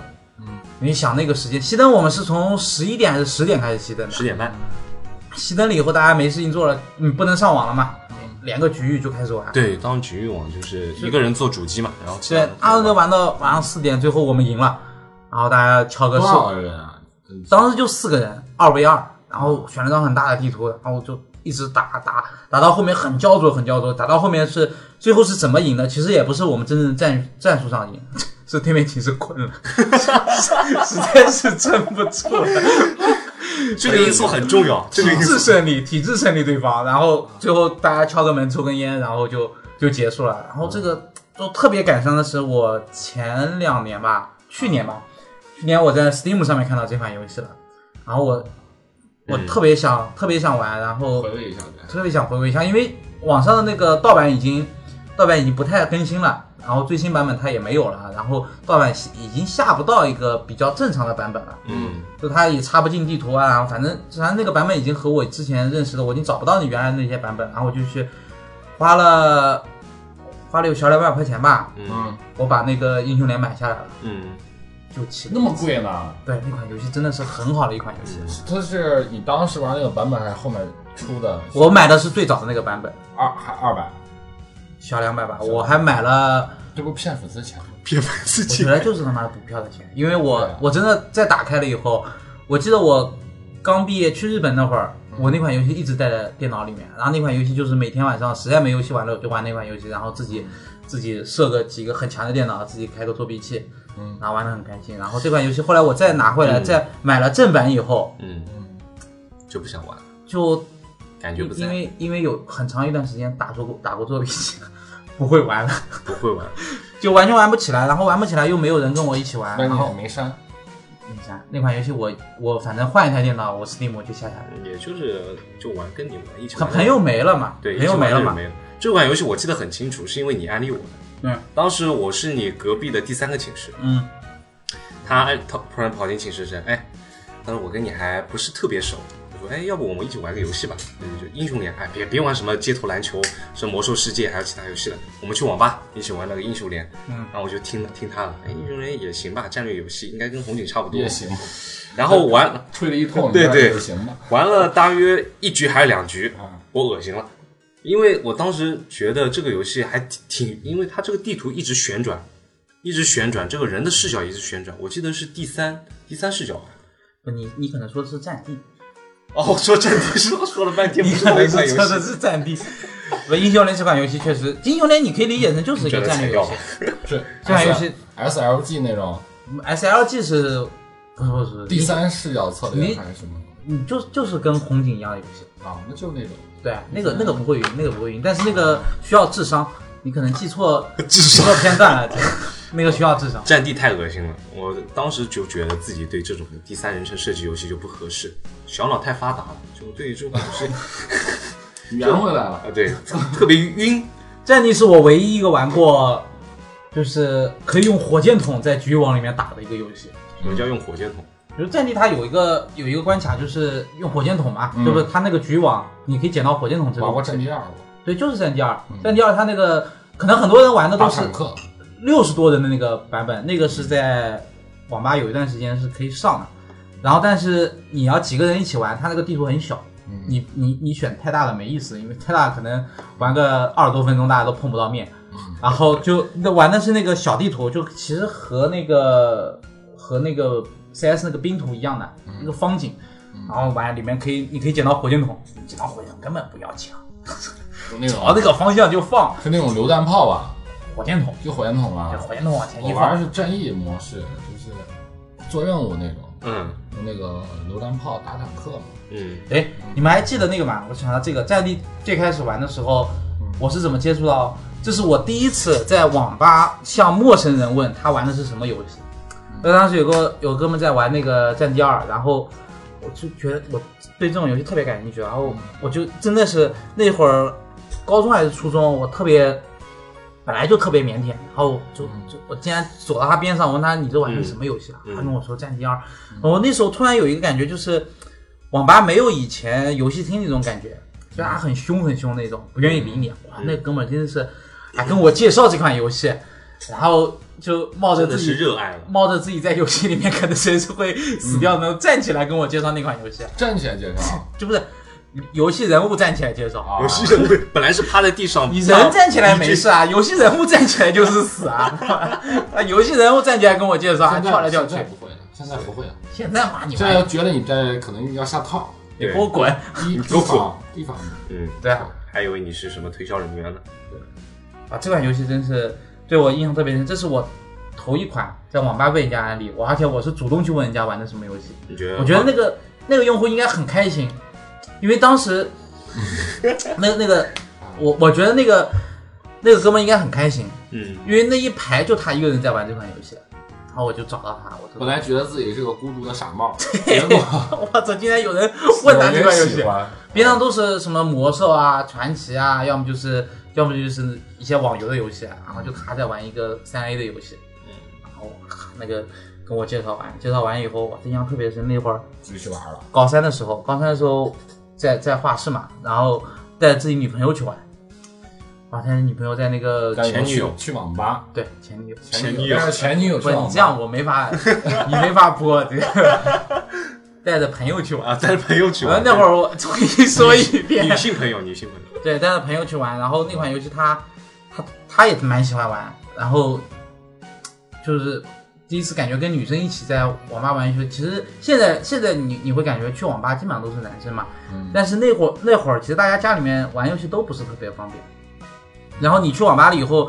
C: 你想那个时间熄灯，我们是从十一点还是十点开始熄灯的？
A: 十点半。
C: 熄灯了以后，大家没事情做了，你不能上网了嘛，连个局域就开始玩。
A: 对，当局域网就是一个人做主机嘛，然后其他
C: 对
A: 人，
C: 阿伦德玩到晚上四点，最后我们赢了，然后大家敲个
B: 多
C: 手，
B: 少个人啊？
C: 当时就四个人，二 v 二，然后选了张很大的地图，然后就一直打打打到后面很焦灼，很焦灼，打到后面是最后是怎么赢的？其实也不是我们真正战战术上赢， 是对面寝室困了， 实在是 撑不住了，
A: 这个因素很重要，这
C: 体
A: 个因
C: 制
A: 素
C: 胜利，体制胜利对方，然后最后大家敲个门，抽根烟，然后就就结束了。然后这
A: 嗯
C: 个就特别感伤的是，我前两年吧，去年吧，去年我在 Steam 上面看到这款游戏了，然后我
A: 嗯
C: 我特别想特别想玩，然后
B: 回味一下呗。
C: 特别想回味一下，因为网上的那个盗版已经盗版已经不太更新了，然后最新版本它也没有了，然后盗版已经下不到一个比较正常的版本了，
A: 嗯
C: 就它也插不进地图啊，然后反正反正那个版本已经和我之前认识的我已经找不到你原来那些版本，然后我就去花了花了有小两百块钱吧，
A: 嗯
B: 嗯，
C: 我把那个英雄联买下来了，
A: 嗯
C: 就骑了
B: 那么贵呢？
C: 对那款游戏真的是很好的一款游戏，
B: 它是你当时玩那个版本，还是后面出的？
C: 我买的是最早的那个版本，
B: 二还二百，
C: 小两百吧，我还买了。
B: 这不骗粉丝钱吗？
A: 别粉丝
C: 我觉得就是他妈的补票的钱，因为我、
B: 对啊
C: 我真的在打开了以后，我记得我刚毕业去日本那会儿，
B: 嗯
C: 我那款游戏一直带在电脑里面，然后那款游戏就是每天晚上实在没游戏玩了，我就玩那款游戏，然后自
B: 嗯
C: 己自己设个几个很强的电脑，自己开个作弊器，
B: 嗯，
C: 然后玩的很开心。然后这款游戏后来我再拿回来，
A: 嗯
C: 再买了正版以后，
A: 嗯，就不想玩了，
C: 就
A: 感觉不
C: 因
A: 在，
C: 为因为有很长一段时间打过打过作弊器， 不会玩了，
A: 不会玩。
C: 就完全玩不起来，然后玩不起来又没有人跟我一起玩，
B: 那
C: 然
B: 你
C: 后
B: 也。没删，
C: 那啥，那款游戏我我反正换一台电脑，我 Steam 我就下下来了。
A: 嗯也就是就玩跟你玩一起
C: 可
A: 玩，
C: 朋友没了嘛，
A: 对
C: 朋友没了嘛
A: 没，有。这款游戏我记得很清楚，是因为你安利我的。
C: 嗯，
A: 当时我是你隔壁的第三个寝室，
C: 嗯
A: 他哎他突然跑进寝室说：“哎，当时我跟你还不是特别熟。”我说：“哎，要不我们一起玩个游戏吧？嗯，就英雄联，哎，别别玩什么街头篮球、什么魔兽世界，还有其他游戏了，我们去网吧一起玩那个英雄联。”
C: 嗯
A: 然后我就听了听他了，哎，英雄联也行吧，战略游戏应该跟红警差不多
B: 也。行，
A: 然后玩
B: 吹了一通，
A: 对对
B: 也行吧。
A: 玩了大约一局还是两局，
B: 啊，
A: 我恶心了，因为我当时觉得这个游戏还挺挺，因为它这个地图一直旋转，一直旋转，这个人的视角一直旋转，我记得是第三第三视角吧。
C: 不你你可能说的是战地，
A: 哦，说真的，说说了半天不
C: 你
A: 是
C: 可
A: 同一
C: 能
A: 款
C: 是
A: 游
C: 说的
A: 戏，
C: 是战地。不，英雄联这款游戏确实，英雄联你可以理解成就是一个
A: 觉得
C: 战
A: 才
C: 略
A: 要
C: 游
A: 吧
C: 戏。
B: 是
C: 这款游戏
B: SLG 那种
C: 嗯 SLG 是，不是不是不
B: 第
C: 是，
B: 三视角策略
C: 你
B: 还是什么
C: 你就就是跟红警一样的游戏。
B: 啊？那就那种
C: 对，那个那个不会晕，那个不会晕，但是那个需要智商，你可能记 错记错片段了，对那个需要智商。
A: 战地太恶心了，我当时就觉得自己对这种第三人称射击游戏就不合适，小脑太发达了，就对这种游 戏
B: 圆回来了。
A: 啊，对，特特别晕。
C: 战地是我唯一一个玩过，就是可以用火箭筒在局域网里面打的一个游戏。
A: 什么叫用火箭筒？
C: 比如战地它有一个有一个关卡，就是用火箭筒嘛，
B: 嗯
C: 就是它那个局域网你可以捡到火箭筒这
B: 玩过
C: 个。
B: 《战地二》吗？
C: 对，就是战地二，战地二它那个可能很多人玩的
B: 打
C: 都是
B: 坦克，
C: 六十多人的那个版本，那个是在网吧有一段时间是可以上的。然后，但是你要几个人一起玩，它那个地图很小，
B: 嗯，
C: 你你你选太大的没意思，因为太大可能玩个二十多分钟大家都碰不到面，
B: 嗯
C: 然后就那玩的是那个小地图，就其实和那个和那个 CS 那个冰图一样的
B: 嗯
C: 那个方景，然后玩里面可以你可以捡到火箭筒，你捡到火箭筒根本不要抢，
B: 嗯就那
C: 朝
B: 种
C: 啊那个方向就放
B: 是那种榴弹炮吧，
C: 火箭筒，
B: 就火箭筒啊
C: 把
B: 吧。
C: 火箭筒往前
B: 我
C: 一
B: 玩
C: 放
B: 的，是战役模式，就是做任务那种，
A: 嗯
B: 用那个榴弹炮打坦克嘛。
A: 嗯
C: 哎，你们还记得那个吗？我想到这个战地最开始玩的时候，我是怎么接触到？这是我第一次在网吧向陌生人问他玩的是什么游戏。那当时有个有哥们在玩那个《战地二》，然后我就觉得我对这种游戏特别感兴趣，然后我就真的是那会儿高中还是初中，我特别本来就特别腼腆，然后就就我竟然走到他边上，我问他你这玩的什么游戏啊？
A: 嗯嗯
C: 他跟我说《战地二》，我那时候突然有一个感觉就是。网吧没有以前游戏厅那种感觉，就大家很凶很凶那种，不愿意理你。
A: 嗯
C: 哇，那哥们儿真的是，还跟我介绍这款游戏，然后就冒着
A: 真的
C: 自
A: 是
C: 己
A: 热爱了。
C: 冒着自己在游戏里面可能随时会死掉的，站起来跟我介绍那款游戏，
B: 站起来介绍，
C: 就不是游戏人物站起来介绍。
B: 啊
A: 游戏人物 本来是趴在地上，
C: 你人站起来没事啊，游戏人物站起来就是 死啊！啊，游戏人物站起来跟我介绍，还
B: 现在
C: 啊跳来跳去
B: 现在。不会了，现在不会了。
C: 现在嘛，你
B: 现在要
C: 玩，
B: 觉得你这可能要下 套，
C: 你
A: 对
C: 给我滚！
B: 一
A: 给我
B: 提防提 防你。
A: 嗯，
C: 对啊，
A: 还以为你是什么推销人员呢。
C: 啊，这款游戏真是对我印象特别深，这是我头一款在网吧被人家安利，我而且我是主动去问人家玩的什么游戏，
A: 你觉得？啊
C: 我觉得那个那个用户应该很开心，因为 当时那那个我我觉得那个那个哥们应该很开心，
A: 嗯，
C: 因为那一排就他一个人在玩这款游戏，然后我就找到他，我
B: 本
C: 说
B: 来觉得自己是个孤独的傻帽，结果
C: 我操，竟然有人 问咱这款游
B: 有人
C: 戏
B: 喜，欢，
C: 边上都是什么魔兽啊、传奇啊，要么就是要么就是一些网游的游戏啊，然后就他在玩一个三 A 的游戏，
B: 嗯
C: 然后咔那个跟我介绍完，介绍完以后，我印象特别深，那会儿
B: 自己去玩了。
C: 高三的时候，高三的时候在在画室嘛，然后带自己女朋友去玩，哇，他女朋友在那个
B: 但是
A: 前女友
B: 去去网吧，
C: 对前女友。
A: 前女友
B: 但是前女友去
C: 不，
B: 网吧
C: 你这样我没 法，你没法播这个。 带着朋友去玩，
A: 啊，带着朋友去
C: 然
A: 玩。
C: 后那会儿我重新说一遍，
A: 女性朋友，女性朋 友，
C: 对，带着朋友去玩，然后那款游戏他他他也蛮喜欢玩，然后就是第一次感觉跟女生一起在网吧玩游戏，其实现在现在你你会感觉去网吧基本上都是男生嘛，
A: 嗯
C: 但是那会儿那会儿其实大家家里面玩游戏都不是特别方便，然后你去网吧了以后，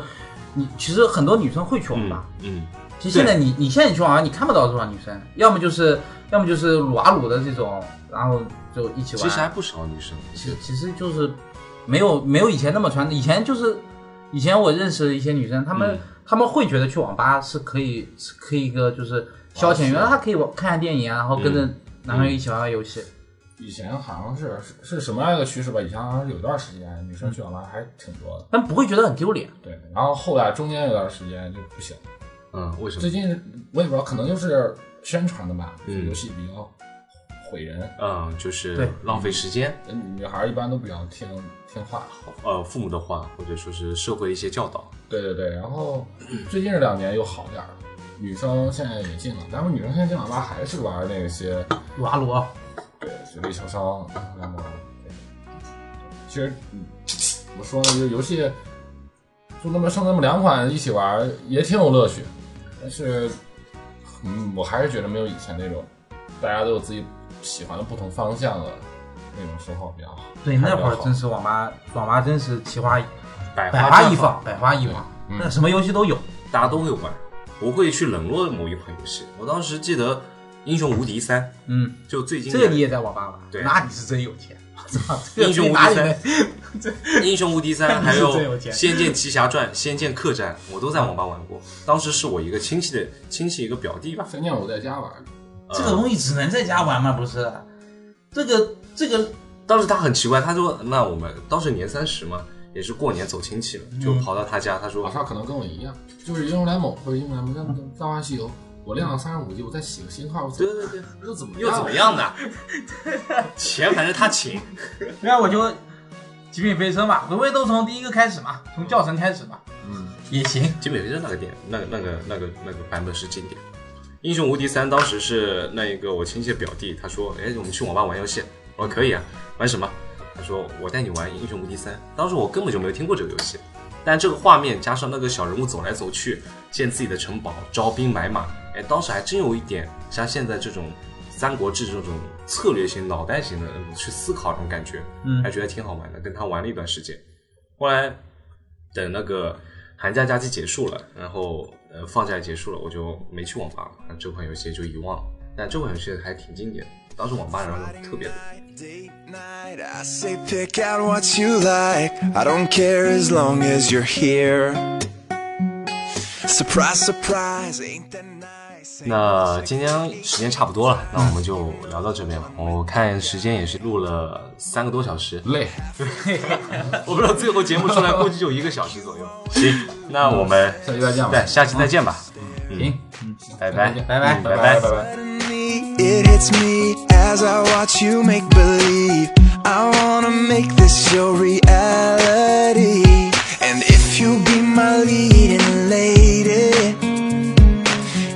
C: 你其实很多女生会去网吧，
A: 嗯嗯，
C: 其实现在你你现在你去网吧，你看不到多少女生，要么就是要么就是撸啊撸的这种，然后就一起玩。
A: 其实还不少女生，
C: 其实其实就是没有没有以前那么传统，以前就是以前我认识一些女生，她们、
A: 嗯
C: 她们会觉得去网吧是可以是可以一个啊就是消遣，
B: 玩游戏
C: 原来她可以看看电影啊，然后跟着男朋友一起玩玩游戏。
B: 以前好像是是是什么样一个趋势吧？以前好像是有段时间女生去网吧还挺多的，
C: 但不会觉得很丢脸，
B: 对。然后后来中间有段时间就不行，
A: 嗯，为什么
B: 最？近我也不知道，可能就是宣传的吧，
A: 嗯
B: 游戏比较毁人，
A: 嗯，就是
C: 对
A: 浪费时间，
B: 女孩一般都比较听听话。
A: 呃，父母的话，或者说是社会的一些教导，
B: 对对对，然后最近这两年又好点儿了，女生现在也进了，但是女生现在进网吧还是玩那些
C: 撸啊撸。
B: 对雪里秋伤，然后对其实嗯怎么说呢，就游戏就那么剩那么两款一起玩也挺有乐趣，但是嗯，我还是觉得没有以前那种大家都有自己喜欢的不同方向的那种生活比较好。
C: 对，
B: 还是
C: 那
B: 比
C: 会
B: 较
C: 儿
B: 好
C: 真是网吧，网吧真是奇花
A: 百
C: 百
A: 花
C: 花
A: 绽
C: 一
A: 放，
C: 放，百花一放，
B: 嗯
C: 那什么游戏都有。
A: 大家都会玩，不会去冷落某一款游戏。我当时记得《英雄无敌三
C: 嗯，》，
A: 就最近
C: 这个你也在网吧玩？
A: 对
C: 那你是真有钱。我操，这
A: 英
C: 个
A: 雄无
C: 哪
A: 敌
C: 里能
A: 三、英雄无敌三，
C: 你
A: 还
C: 是
A: 有
C: 真有
A: 《
C: 钱
A: 仙剑奇侠传》《仙剑客栈》，我都在网吧玩过。当时是我一个亲戚的亲戚一个表弟吧，呃
B: 仙剑我在家玩，
C: 这个东西只能在家玩吗？不是，啊这个这个
A: 当时他很奇怪，他说：“那我们当时年三十嘛，也是过年走亲戚了，就
C: 嗯
A: 跑到他家，他说
C: 哦
B: 老少可能跟我一样，就是英雄联盟或者英雄联盟跟《大话西游》，我练到三十五级，我再洗个新号，我：‘
A: 对
B: 怎
A: 对对，
B: 又怎么
A: 又怎么样 呢？钱反正他请。
C: 那我就极品飞车嘛，回味都从第一个开始嘛，从教程开始嘛，
B: 嗯，
C: 也行。
A: 金美飞车那个点，那个那个那个那个版本是经典。英雄无敌三当时是那一个我亲戚的表弟，他说：“哎，我们去网吧玩游戏。”我说：“可以啊，玩什么？”他说：“我带你玩英雄无敌三。”当时我根本就没有听过这个游戏，但这个画面加上那个小人物走来走去，建自己的城堡，招兵买马，哎，当时还真有一点像现在这种《三国志》这种策略型、脑袋型的嗯去思考这种感觉，
C: 嗯
A: 还觉得挺好玩的。跟他玩了一段时间，后来等那个寒假假期结束了，然后呃放假也结束了，我就没去网吧了，那这款游戏就遗忘了。但这款游戏还挺经典的，当时网吧人特别多。
D: Date night, I say pick out what you like. I don't care as long as you're here. Surprise, surprise, ain't that nice?
A: 那今天时间差不多了，那我们就聊到这边吧。我看时间也是录了三个多小时，
B: 累？
A: 我不知道最后节目出来估计就一个小时左右。行，那我们
B: 下期再见吧
A: 对，下期再见吧。嗯
C: 行，
A: 拜拜，
C: 拜哎拜
A: 嗯
B: 拜
A: 拜
B: 拜拜。
D: Suddenly, it hits me as I watch you make believe. I wanna make this your reality. And if you be my leading lady,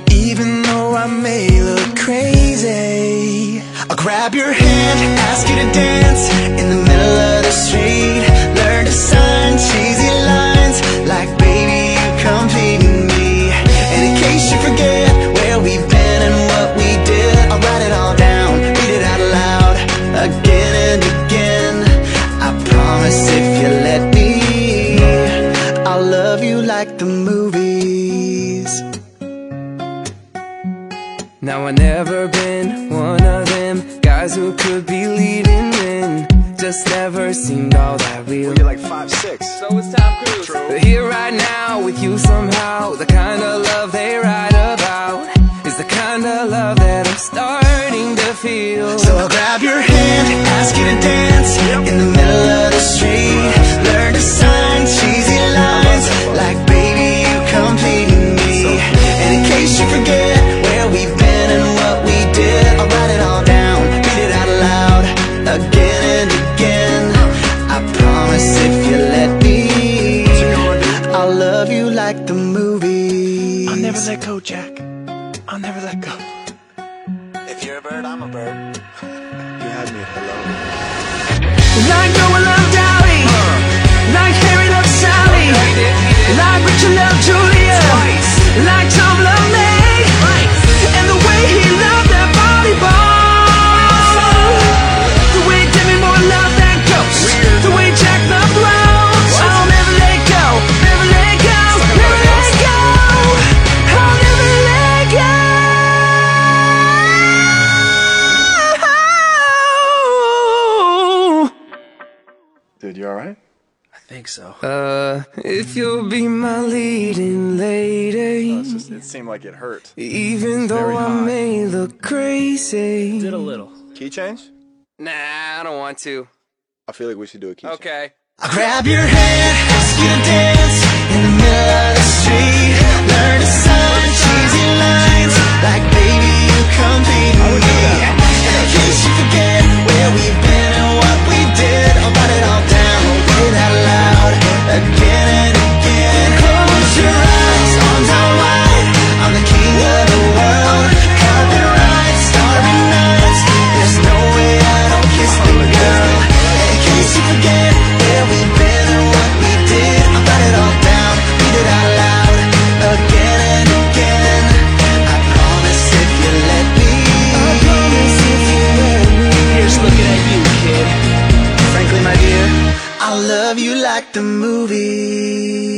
D: even though I may look crazy. I'll grab your hand, ask you to dance in the middle of the street. Learn to sign cheesy lines like, baby, you complete me. And in case you forget where we've been and what we did, I'll write it all down, read it out loud again and again. I promise if you let me, I'll love you like the movies. Now I've never been one of them guys who could be leading men. Just just never seemed all that real. You're like five six, so it's Tom Cruise. But here right now with you somehow, the kind of love they write about is the kind of love that I'm starting to feel. So I'll grab your hand, ask you to dance in the middle of the street. Learn to sign cheesy lines like baby, you complete me. And in case you forget where we've been and what we did, I'll write it all down, read it out loud again and again. I promise if you let me, I'll love you like the movies. I'll never let go, Jack. I'll never let go. If you're a bird, I'm a bird. You had me hello. Like no one loved Dolly. Like Harry loved Sally. Like Richard loved Julia. Like Tom loved Meg. And the way he loved that volleyball. The way Demi Moore loved that ghost. The way Jack loved Rose. I'll never let go. Never let go. Never let go. I'll never let go.
E: Dude, you all right?
D: Uh, if you'll be my leading lady,
E: It's just, it seemed like it hurt.
D: even though I may look crazy.
E: Key change?
D: Nah, I don't want to.
E: I feel like we should do a key change.
D: Okay. I'll grab your hand, ask you to dance in the middle of the street. Learn to sign cheesy lines like baby, you complete me. And in case you forget where we've been and what we did, I'll write it all down, read it out loud again and again. Close your eyes, arms out wide. I'm the king of the world. Copyright, starry nights. There's no way I don't kiss the girl. And in case you forget where we've been and what we did, I'll write it all down, read it out loud again and again. I promise if you let me. I promise if you let me. Here's looking at you, kid. Frankly, my dear, I love you like the movies.